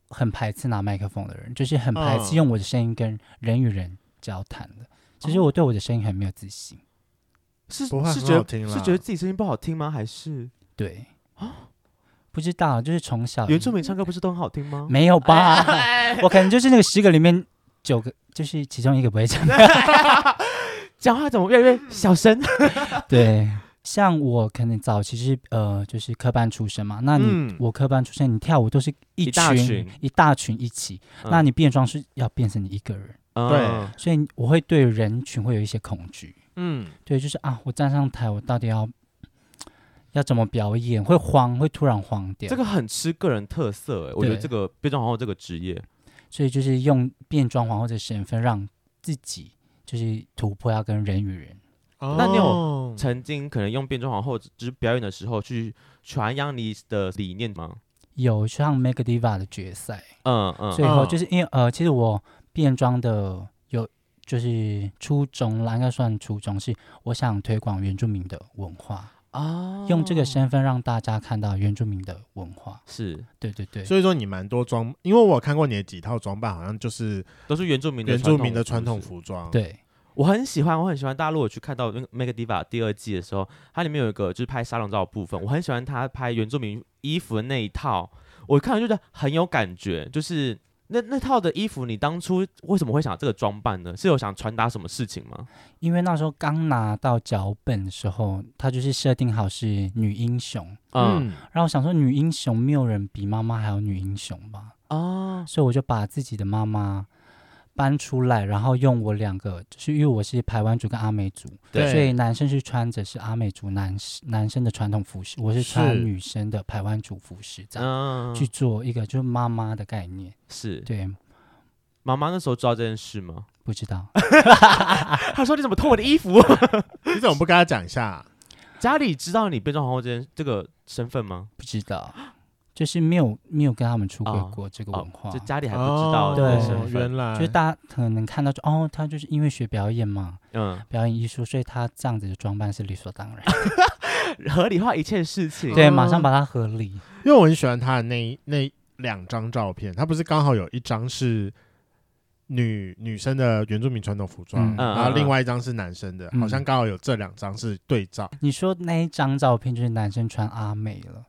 C: 很排斥拿麦克风的人，就是很排
A: 嗯
C: 斥用我的声音跟人与人交谈的。其实我对我的声音很没有自信，
B: 是
A: 不会
B: 是
A: 很
B: 觉
A: 好
B: 得
A: 听
B: 是
A: 啦
B: 觉得自己声音不好听吗？还是
C: 对，
B: 哦
C: 不知道就是从小
B: 原住民唱歌不是都很好听吗？哎
C: 没有嗯 吧？ 我可能就是那个十个里面九个，就是其中一个不 会讲。
B: 讲话怎么越来越小声？
C: 对，像我可能早期是呃，就是科班出身嘛，那你、
A: 嗯
C: 我科班出身，你跳舞都是一
B: 一
C: 群
B: 大群
C: 一大群一起， 那你变装是要变成你一个人，
B: 嗯
C: 所以我会对人群会有一些恐惧，
A: 嗯，
C: 对，就是啊，我站上台，我到底要要怎么表演，会慌，会突然慌掉，
B: 这个很吃个人特色哎，我觉得
C: 对
B: 这个变装皇后这个职业，
C: 所以就是用变装皇后的身份让自己就是突破，要跟人与人。
A: 哦
B: 那你有
C: 嗯
A: 有
B: 曾经可能用变装皇后就是表演的时候去传扬你的理念吗？
C: 有像 Mega Diva 的决赛，
B: 嗯嗯
C: 最后
A: 嗯
C: 就是因为呃，其实我变装的有就是初衷啦，应该算初衷，是我想推广原住民的文化，
B: 啊
C: 用这个身份让大家看到原住民的文化。
B: 是
C: 对对对，
A: 所以说你蛮多装，因为我有看过你的几套装扮，好像就是
B: 都是原住民的
A: 原住民的传统
B: 服饰
A: 服装。，
C: 对
B: 我很喜欢，我很喜欢。大家如果去看到那个《Make Diva》第二季的时候，它里面有一个就是拍沙龙照的部分，我很喜欢他拍原住民衣服的那一套，我看了觉得很有感觉。就是那那套的衣服，你当初为什么会想这个装扮呢？是有想传达什么事情吗？
C: 因为那时候刚拿到脚本的时候，他就是设定好是女英雄，
B: 嗯
C: 然后我想说女英雄没有人比妈妈还有女英雄吧，
B: 啊，
C: 所以我就把自己的妈妈搬出来，然后用我两个，就是因为我是排湾族跟阿美族，
A: 对
C: 所以男生是穿着是阿美族男男生的传统服饰，我是穿
A: 是
C: 女生的排湾族服饰，这样、
B: 嗯，
C: 去做一个就是妈妈的概念。
B: 是
C: 对，
B: 妈妈那时候知道这件事吗？
C: 不知道，
B: 她说：“你怎么偷我的衣服
A: 你怎么不跟他讲一下啊、？”
B: 家里知道你变装皇后这件这个身份吗？
C: 不知道，就是没有没有跟他们出轨
B: 哦
C: 过这个
B: 哦
C: 文化，
B: 就家里还不知道
A: 哦
B: 这个
C: 对
B: 身份，
A: 原来
C: 就是大家可能看到就哦，他就是因为学表演嘛，
B: 嗯，
C: 表演艺术，所以他这样子的装扮是理所当然。
B: 嗯合理化一切事情。
C: 对，
A: 嗯
C: 马上把它合理。
A: 因为我很喜欢他的那一那两张照片，他不是刚好有一张是女女生的原住民传统服装，
C: 嗯
B: 嗯
A: 然后
B: 嗯
A: 另外一张是男生的，
C: 嗯
A: 好像刚好有这两张是对照。
C: 你说那一张照片就是男生穿阿美了，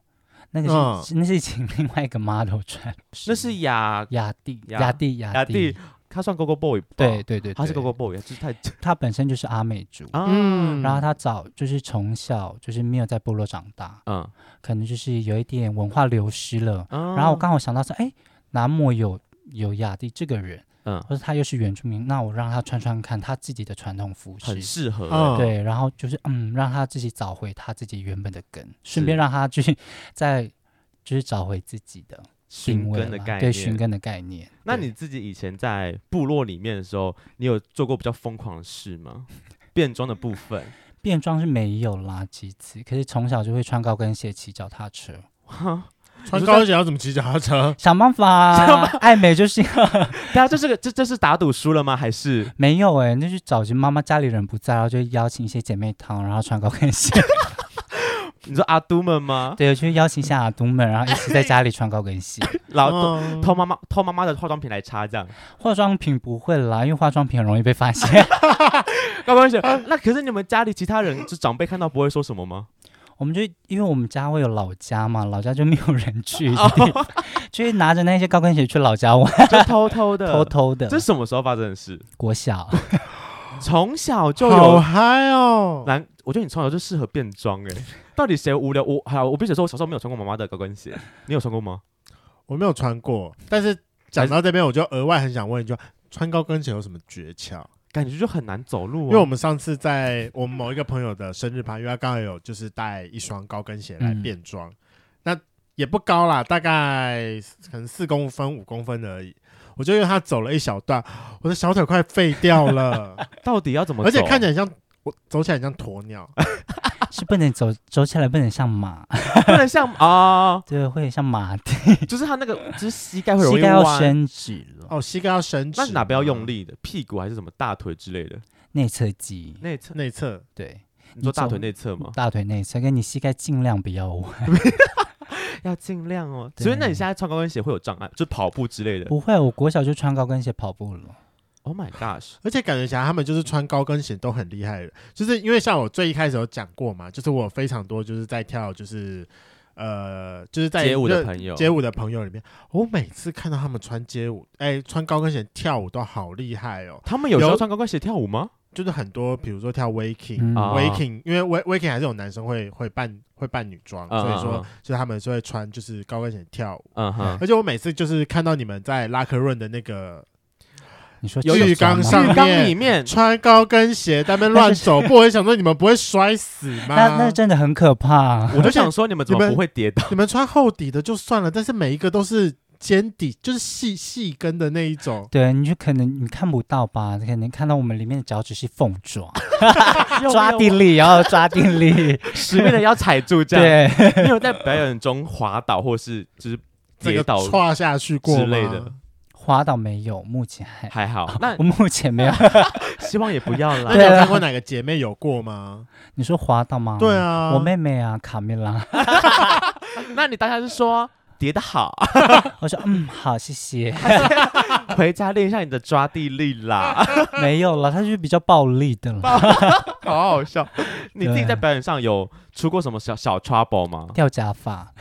C: 那个是、
A: 嗯
C: 是那是请另外一个 model 穿，
B: 那是雅
C: 雅蒂，
B: 雅
C: 雅蒂，
B: 雅
C: 雅
B: 蒂，他算 Gogo Boy，吧
C: 对，对对，
B: 他是
C: 对
B: Gogo Boy，就是太
C: 他本身就是阿美族，
B: 啊，
A: 嗯
C: 然后他早就是从小就是没有在部落长大，
B: 嗯，啊
C: 可能就是有一点文化流失了。
B: 然
C: 然后我刚好想到说，哎，南摩有有雅蒂这个人，
B: 嗯
C: 或者他又是原住民，那我让他穿穿看他自己的传统服饰
B: 很，适合
A: 嗯
B: 欸，
C: 对，然后就是嗯，让他自己找回他自己原本的根，顺便让他去再就是找回自己的定
B: 寻
C: 位
B: 根的
C: 啦
B: 概
C: 对寻
B: 念。
C: 根的概念。
B: 那
C: 对
B: 你自己以前在部落里面的时候，你有做过比较疯狂的事吗？变装的部 分，
C: 变装是没有啦几次，可是从小就会穿高跟鞋骑脚踏车，
B: 哈，
A: 穿高跟鞋要怎么骑脚踏车？
C: 想办法啊，爱美就是要
B: 大啊家这是个这这是打赌输了吗？还是
C: 没有哎、那就找寻妈妈家里人不在，然后就邀请一些姐妹淘，然后穿高跟鞋，
B: 你说阿都们吗？
C: 对，就邀请一下阿东们，然后一起在家里穿高跟鞋。
B: 老偷
A: 嗯
B: 偷妈妈偷妈妈的化妆品来擦这样，
C: 化妆品不会啦，因为化妆品很容易被发现。
B: 高跟鞋。那可是你们家里其他人就长辈看到不会说什么吗？
C: 我们就因为我们家会有老家嘛，老家就没有人去，所以 就会拿着那些高跟鞋去老家玩，
B: 就偷 偷的，
C: 偷。偷的
B: 这。什么时候发生的事？
C: 国小
B: 从小 就有
A: 好嗨哦！
B: 难，我觉得你从小就适合变装 哎、到底谁无聊？我还我必须说，我小时候没有穿过妈妈的高跟鞋，你有穿过吗？
A: 我没有穿过，但是讲到这边，我就额外很想问一句：穿高跟鞋有什么诀窍？
B: 感觉就很难走路、
A: 因
B: 啊，
A: 为我们上次在我们某一个朋友的生日趴，因为他刚好有就是带一双高跟鞋来变装，
B: 嗯
A: 那也不高啦，大概可能四公分、五公分而已。我就因为他走了一小段，我的小腿快废掉 了，
B: 到底要怎么走？啊
A: 而且看起来像我走起来像鸵 鸟，
C: 是不能走，走起来不能像马，
B: 不能像啊、
C: 对，会像马蹄，
B: 就是他那个就是膝盖会容
C: 膝
B: 易
C: 盖要
B: 弯，
C: 伸直了，
A: 哦，膝盖要伸直，
B: 那哪边要用？力的？屁股还是什么大腿之类的？
C: 内侧肌，
B: 内侧？
A: 内侧
C: 对，
B: 你说大腿
C: 你走嗯
B: 内侧吗？
C: 大腿内侧，跟你膝盖尽量不要弯，
B: 要尽量哦。
C: 对
B: 所以那你现在穿高跟鞋会有障碍，就跑步之类的
C: 不会，我国小就穿高跟鞋跑步了，
B: ？Oh my gosh！
A: 而且感觉起来他们就是穿高跟鞋都很厉害的，就是因为像我最一开始有讲过嘛，就是我有非常多就是在跳就是呃就是在
B: 街舞的
A: 热
B: 朋友，
A: 街舞的朋友里面，我每次看到他们穿街舞，哎、穿高跟鞋跳舞都好厉害哦。
B: 他们有时候
A: 有
B: 穿高跟鞋跳舞吗？
A: 就是很多，比如说跳 waking、
C: 嗯，
B: 啊
A: waking，因为 wa- waking 还是有男生会会扮会扮女装，
B: 嗯
A: 所以
B: 嗯
A: 说就是他们就会穿就是高跟鞋跳舞。
B: 嗯哼，
A: 而且我每次就是看到你们在拉克润的那个
C: 你说
A: 有
C: 脚
A: 浴缸
C: 酸吗
A: 上
B: 浴缸
A: 面
B: 里面
A: 穿高跟鞋在那边乱 走步，我也想说你们不会摔死
C: 那那
A: 吗？
C: 真的很可怕，
B: 我就想说你们怎
A: 你
B: 么
A: 们
B: 不会跌倒？
A: 你们穿厚底的就算了，但是每一个都是尖底，就是细细跟的那一种。
C: 对，你就可能你看不到吧，可能看到我们里面的脚趾是缝 爪。抓
B: 地
C: 地力，然后抓地力，
B: 使命的要踩住 这样。
C: 对，
B: 你有在表演中滑倒或是就是
A: 这
B: 跌
A: 个
B: 倒
A: 跨下去过
B: 之
A: 吗
B: 类的。
C: 滑倒没有，目前还，
B: 还好，那
C: 我目 前没有。
B: 希望也不要
A: 那你
B: 啦。
A: 有
C: 对啊
A: 看过哪个姐妹有过吗？
C: 你说滑倒吗？
A: 对，啊，
C: 我妹妹啊，卡米拉，
B: 那你当下是说叠的好，
C: 我说嗯，好，谢谢。
B: 回家练一下你的抓地力啦，
C: 没有了，他就是比较暴力的了，
B: 好好笑。你自己在
C: 对
B: 表演上有出过什么小小 trouble 吗？
C: 掉假发，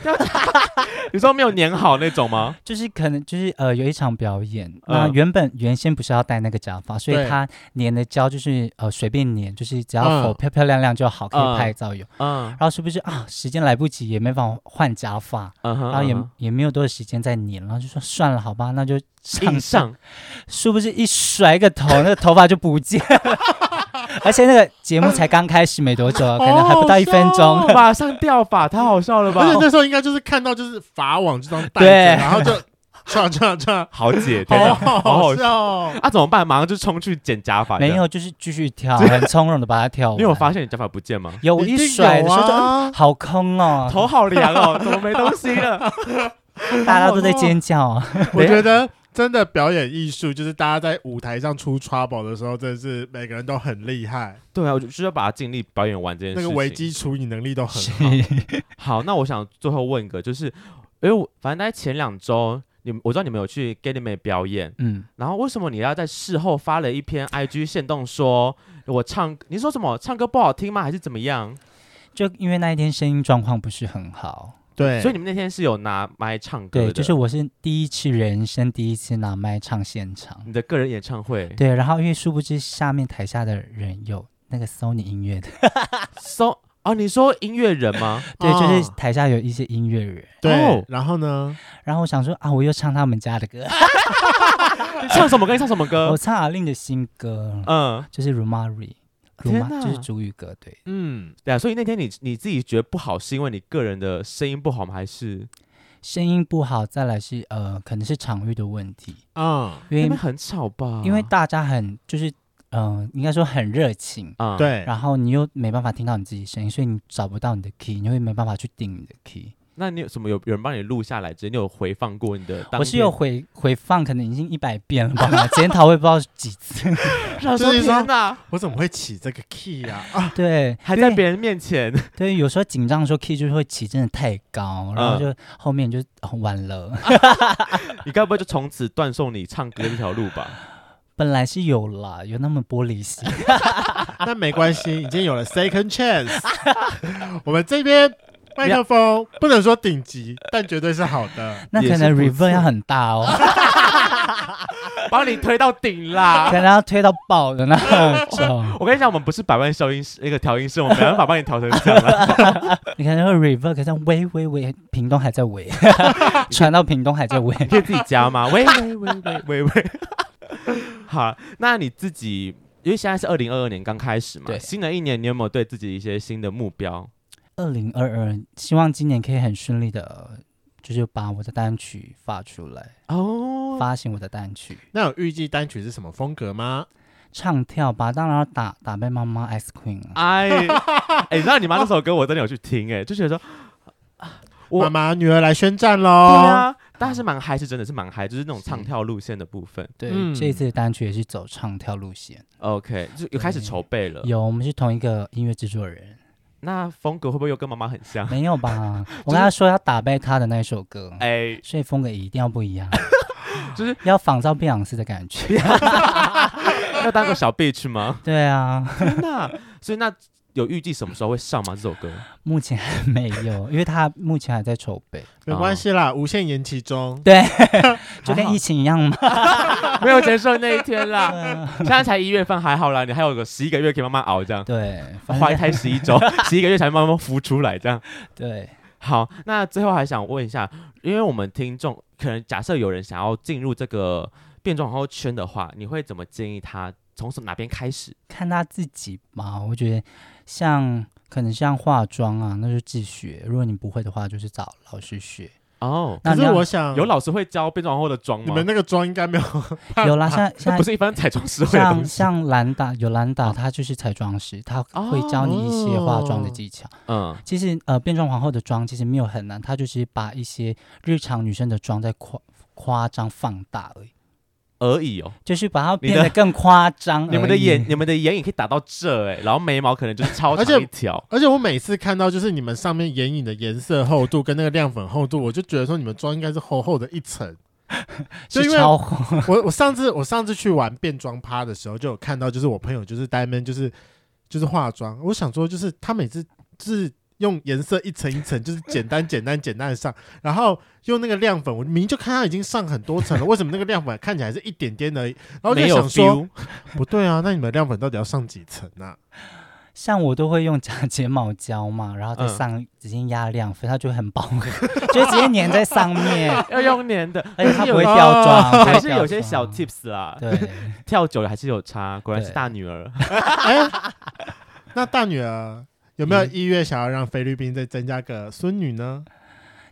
B: 你说没有粘好那种吗？
C: 就是可能就是呃有一场表演，那
B: 嗯
C: 原本原先不是要戴那个假发，所以
A: 对
C: 他粘的胶就是呃随便粘，就是只
A: 嗯
C: 要否漂漂亮亮就好，可
B: 嗯
C: 以拍照用。
B: 嗯
C: 然后是不是啊时间来不及，也没法换假发，
B: 嗯哼，
C: 然后也
B: 嗯
C: 也没有多少时间再粘，然后就说算了，好吧，那就
B: 哼
C: 上
B: 硬上，
C: 殊不知一甩个头，那个头发就不见了。 而且那个节目才刚开始没多久，可能还不到一分钟。
B: 哦马上掉发，太好笑了吧
A: 而？且那时候应该就是看到就是法网这张带
C: 对
A: 着，然后就唰唰 唰，
B: 好姐，天哪，
A: 好
B: 好
A: 好
B: 好笑
A: 笑哦！
B: 啊！怎么办？马上就冲去剪假发，
C: 没有，就是继续跳，很从容的把它跳
B: 这样。
C: 完。
B: 你有发现你假发不见吗？
C: 有我一
A: 定
C: 甩
A: 有
C: 的时候就、嗯
A: 啊，
C: 好空哦，
B: 头好凉哦，怎么没东西了？
C: 大家都在尖叫啊。
A: 我觉得真的表演艺术就是大家在舞台上出 trouble 的时候，真的是每个人都很厉害，
B: 对啊，我就是要把它尽力表演完这件事
A: 那
B: 情。
A: 个危机处理能力都很
C: 是
A: 好。
B: 好，那我想最后问一个，就是因为我反正在前两周，你们我知道你们有去 g a t m a 表演，
C: 嗯，
B: 然后为什么你要在事后发了一篇 IG 线动说我唱，你说什么唱歌不好听吗？还是怎么样？
C: 就因为那一天声音状况不是很好，
A: 对，
B: 所以你们那天是有拿麦唱歌
C: 对，
B: 的，
C: 就是我是第一次人生第一次拿麦唱现场，
B: 你的个人演唱会。
C: 对，然后因为殊不知下面台下的人有那个 Sony 音乐的，
B: So 哦，你说音乐人 吗？
C: 对，就是
A: 啊
C: 台下有一些音乐人，
A: 对
B: 哦，
A: 然后呢？
C: 然后我想说啊，我又唱他们家的歌，
B: 唱什么歌？你唱什么歌
C: 我？唱阿令的新歌，
B: 嗯，
C: 就是 Rumari。
B: 天
C: Ruma
B: 哪
C: 就是主语歌，对，
A: 嗯，
B: 对啊。所以那天你你自己觉得不好，是因为你个人的声音不好吗？还是
C: 声音不好，再来是呃，可能是场域的问题，
A: 啊，
B: 因
C: 因
B: 为
C: 为
B: 很吵吧？
C: 因为大家很就是嗯、呃应该说很热情，
B: 啊，
A: 对，
C: 然后你又没办法听到你自己声音，所以你找不到你的 key，你会没办法去定你的 key。
B: 那你有什么有有人帮你录下来？之前你有回放过你的当天？
C: 我是有回回放，可能已经一百遍了吧，检讨我也不知道几 次。
B: 想说
A: 就是说啊
B: 天哪，
A: 我怎么会起这个 key 啊？啊，
C: 对，
B: 还
C: 因
B: 在
C: 为
B: 别人面 前，
C: 对，有时候紧张的时候 key 就是会起真的太高，然后
B: 嗯
C: 就后面就、哦完 了。
B: 你该不会就从此断送你唱歌这条路吧？
C: 本来是有啦，有那么玻璃心，
A: 那没关系，已经有了 second chance。我 们这边麦克风不能说顶级，但绝对是好的。
C: 那可
B: 也
C: 能
B: 是不错
C: reverb 要很大哦，
B: 把你推到顶啦
C: 可！能要推到爆的那种。
B: 我跟你讲，我们不是百万消音师，那个调音师，我们没办法帮你调成这样 啦。
C: 你可能会 reverb，可是喂喂喂，屏东还 在喂，传到屏东还在喂。
B: 你可以自己加 吗？喂喂喂喂喂喂。 好，那你自己，因为现在是二零二二年刚开始嘛，
C: 对
B: 新的一年你有没有对自己一些新的目标？
C: 二零二二，希望今年可以很顺利的，就是把我的单曲发出来，
B: 哦，
C: 发行我的单曲，
A: 那有预计单曲是什么风格吗？
C: 唱跳吧，当然要打打败妈妈 Ice Queen 啊。
B: 哎，哎，你知道你妈那首歌我真的有去听，哎，就觉得说，我
A: 妈妈，女儿来宣战
B: 对
A: 喽！
B: 啊，但是蛮嗨，是真的是蛮嗨，就是那种唱跳路线的部分。
C: 对，
A: 嗯
C: 这一次的哦单曲也是走唱跳路线。
B: OK，就有开始
C: 对
B: 筹备了。
C: 有，我们是同一个音乐制作人，
B: 那风格会不会又跟妈妈很像？
C: 没有 吧？我跟他说要打败他的那一首歌，
B: 哎，，
C: 所以风格一定要不一样
B: 就是
C: 要仿照碧昂斯的感觉。
B: 要当个小 bitch 吗？
C: 对啊，
B: 天哪！所以那有预计什么时候会上吗？这首歌？
C: 目前还没有，因为他目前还在筹备。
A: 没关系啦，无限延期中。
C: 对，
B: 还
C: 就跟
B: 好
C: 疫情一样 嘛。
B: 没有结束那一天
C: 对
B: 啦。
C: 啊
B: 现在才一月份，还好啦，你还有个十一个月可以慢慢熬，这样
C: 对，反正
B: 怀胎十一 周，十一个月才慢慢孵出来，这样。
C: 对，
B: 好，那最后还想问一下，因为我们听众可能假设有人想要进入这个变装皇后圈的话，你会怎么建议他从哪边开始？
C: 看他自己吧。我觉得像可能像化妆啊，那就自学。如果你不会的话，就是找老师学。
B: 哦，
C: 那
A: 可
C: 你
A: 是
C: 要
A: 我想，
B: 有老师会教变装皇后的妆
A: 你
B: 吗
A: 们？那个妆应该没有
C: 有啦，像
B: 这
C: 像
B: 不是一般彩妆师会啊的东
C: 像
B: 西。
C: 像兰达有兰
B: 哦
C: 达，她就是彩妆师，她会教你一些化妆的技巧。
B: 嗯，
C: 其实呃，变装皇后的妆其实没有很难，她就是把一些日常女生的妆再夸夸张放大而已。
B: 而已哦。
C: 就是把它变
B: 你
C: 得
B: 的
C: 更夸张而已。
B: 你们的眼，你们的眼影可以打到这哎、然后眉毛可能就是超
A: 而且
B: 长一条，
A: 而且我每次看到就是你们上面眼影的颜色厚度跟那个亮粉厚度，我就觉得说你们妆应该是厚厚的一层。就是因为
C: 超红，
A: 我我上次我上次去玩变装趴的时候，就有看到就是我朋友就是呆闷就是就是化妆，我想说就是他每次就是用颜色一层一层，就是简单简单简单的上，然后用那个亮粉，我明明就看他已经上很多层了，为什么那个亮粉看起来是一点点而已？然后我就
B: 没有
A: 想说
B: feel，
A: 不对啊，那你们亮粉到底要上几层啊？
C: 像我都会用假睫毛胶嘛，然后再
B: 嗯
C: 上直接压亮粉，它就会很饱和，就直接粘在上面，
B: 要用粘 的，
C: 而且它
B: 还是
C: 不会
B: 哎有啊
C: 掉妆，不会
B: 还是
C: 掉
B: 有些
C: 妆
B: 小 tips 啦，
C: 对。
B: 跳久了还是有差，果然是
C: 对
B: 大女儿。
A: 那大女儿有没有
C: 嗯
A: 意愿想要让菲律宾再增加个孙女呢？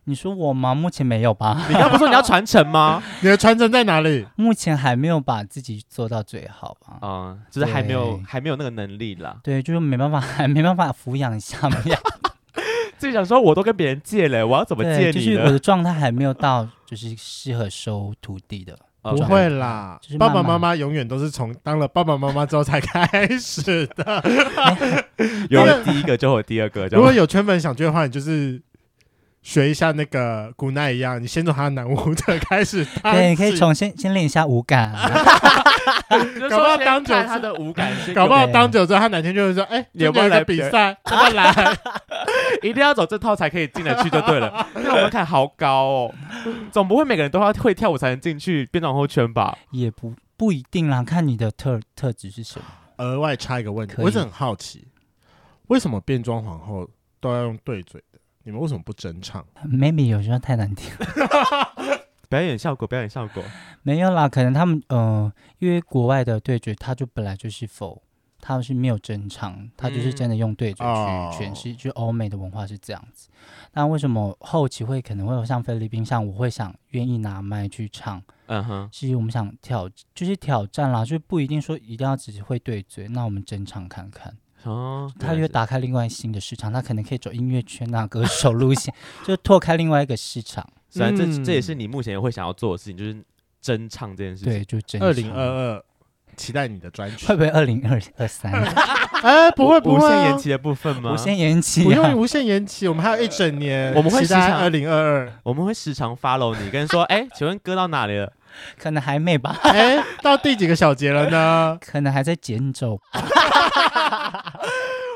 C: 你说我吗？目前没有吧，
B: 你刚不是说你要传 承吗？
A: 你的传承在哪里？
C: 目前还没有把自己做到最好吧。
B: 嗯，就是还没有
C: 对
B: 还没有那个能力啦。
C: 对，就是没办法，还没办法抚养下面，
B: 就想说我都跟别人借 了，我要怎么借
C: 对，就
B: 你
C: 是我
B: 呢？
C: 的状态还没有到，就是适合收徒弟的。
B: 哦
A: 不
C: 状
A: 会
C: 态
A: 啦
C: 就是，
A: 爸
C: 慢
A: 爸
C: 慢
A: 妈妈永远都是从当了爸爸妈妈之后才开始的。
B: 有了第一个就会有第二个，这
A: 如果
B: 样
A: 有圈粉想追的话，你就是学一下那个古奈一样，你先从他的男舞者 开始当起。
C: 对，可以从先先练一下舞感啊，
B: 就
A: 搞不好
B: 说先
A: 当久
B: 看
A: 之
B: 他的五感先有，
A: 搞不好
C: 对
A: 当久之后，他哪天就会说：“哎，
B: 有没有
A: 这个
B: 来
A: 比
B: 比
A: 赛？要不要来
B: 一定要走这套才可以进得去就 对了。因为我们看好高哦，总不会每个人都要会跳舞才能进去变装后圈吧？
C: 也不不一定啦，看你的特特质是什么。？”
A: 额外插一个问题，
C: 可以
A: 我一直很好奇，为什么变装皇后都要用对嘴的？你们为什么不真唱？
C: maybe 有时候太难听，
B: 表演效果，表演效果，
C: 没有啦，可能他们呃，因为国外的对决，他就本来就是否，他是没有正常，他就是真的用对嘴去
A: 哦
C: 诠释，就欧美的文化是这样子。那为什么后期会可能会有像菲律宾，像我会想愿意拿麦去唱，
B: 嗯哼，
C: 是因为我们想挑，就是挑战啦，就不一定说一定要只是会对嘴，那我们真唱看看。
B: 哦，
C: 他
B: 原
C: 就
B: 来
C: 会
B: 是
C: 打开另外新的市场，他可能可以走音乐圈啊、歌手路线， 就拓开另外一个市场。
B: 虽然这、
A: 嗯
B: 这也是你目前会想要做的事情，就是真唱这件事情。
C: 对，就真
A: 二零
C: 唱
A: 二二，期待你的专辑
C: 会。不会二零二二三？
A: 哎，不会不
B: 无
A: 会
B: 限
A: 啊
B: 延，期的部分吗？
C: 无限延期、啊，
A: 不用无限延期，我们还有一整年。
B: 我们会
A: 期待
B: 时常
A: 二零二二。
B: 我们会时常 follow 你，跟说，哎、请问歌到哪里了？
C: 可能还没吧，
A: 哎，到第几个小节了呢？
C: 可能还在减走。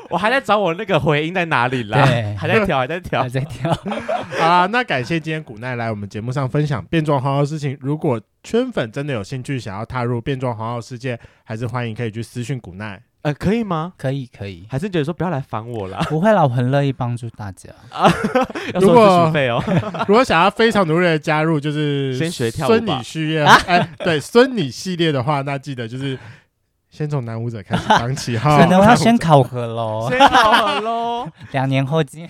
B: 我还在找我那个回音在哪里啦
C: 对，
B: 还在调，还在调
C: 还。在跳。
A: 好啦，那感谢今天古奈来我们节目上分享变装皇后的事情。如果圈粉真的有兴趣想要踏入变装皇后世界，还是欢迎可以去私讯古 奈。
B: 呃，可以吗？
C: 可以可以，
B: 还是觉得说不要来烦我啦，
C: 不会啦，我很乐意帮助大家。
B: 要
A: 如
B: 收
A: 果
B: 我自费哦。
A: 如果想要非常努力的加入，就是
B: 先学跳舞吧
A: 孙女系 列，哎，对，孙女系列的话，那记得就是先从男舞者开始当起 哈。
C: 可能我要先考核喽，
B: 哦先好好喽。
C: 两年后见。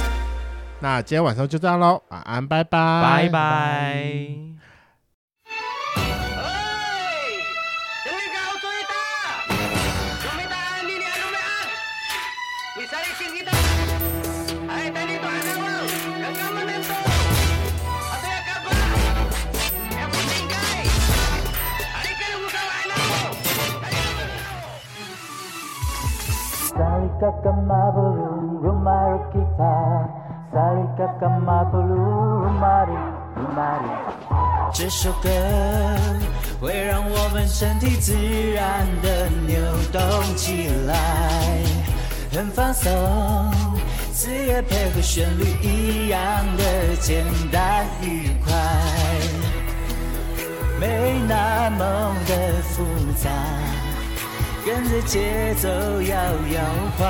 A: 那今天晚上就这样喽，晚安，拜拜，
B: 拜拜。
D: Oi! Dili ka autorita! Lumitaan din yan, lumiaan! Misari kita! Ay, talito, ano mo? Gagama na ito! Ato yung kaba! Yung putingkay! Ay, ka nung mukha, ano mo? Ay, ka mo!
E: Salika kamabulum rumari kita Salika kamabulum rumari rumari 这首歌会让我们身体自然的扭动起来，很放松，词也配合旋律一样的简单愉快，没那么的复杂。跟着节奏摇摇晃，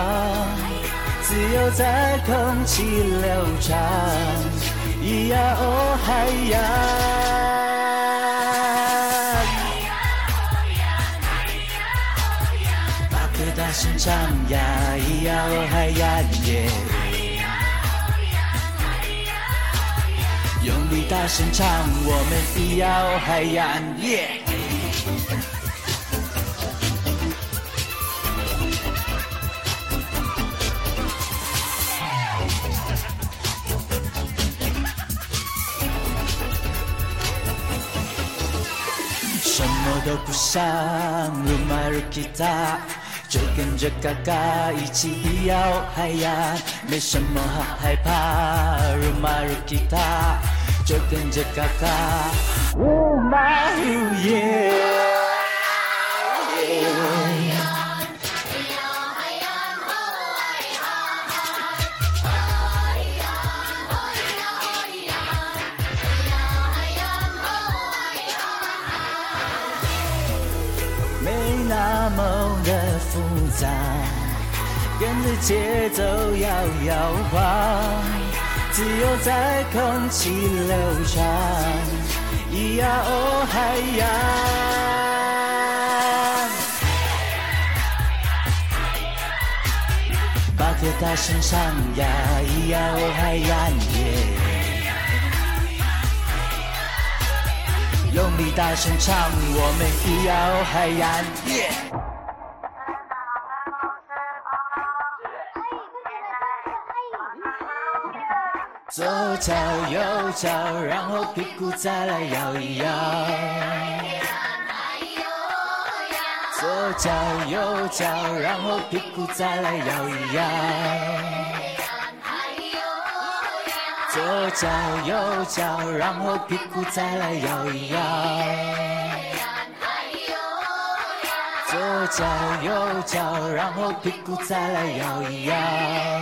E: 自由在空气流淌，咿呀哦嗨呀，把歌大声唱呀，咿呀哦嗨呀耶。用力大声唱，我们咿呀哦嗨呀耶。什么都不想，鲁马鲁吉他，就跟着嘎嘎一起咿呀哦嗨呀，没什么好害怕，鲁马鲁吉他，就跟着嘎嘎，哦马鲁耶。没那么的复杂，跟着节奏摇摇晃，自由在空气流淌，咿呀哦嗨呀。把歌大声唱呀，咿呀哦嗨呀耶。用力大声唱，我们咿呀哦嗨呀耶！左脚右脚，然后屁股再来摇一摇。左脚右脚，然后屁股再来摇一摇。左脚右脚，然后屁股再来摇一摇。左脚右脚，然后屁股再来摇一摇。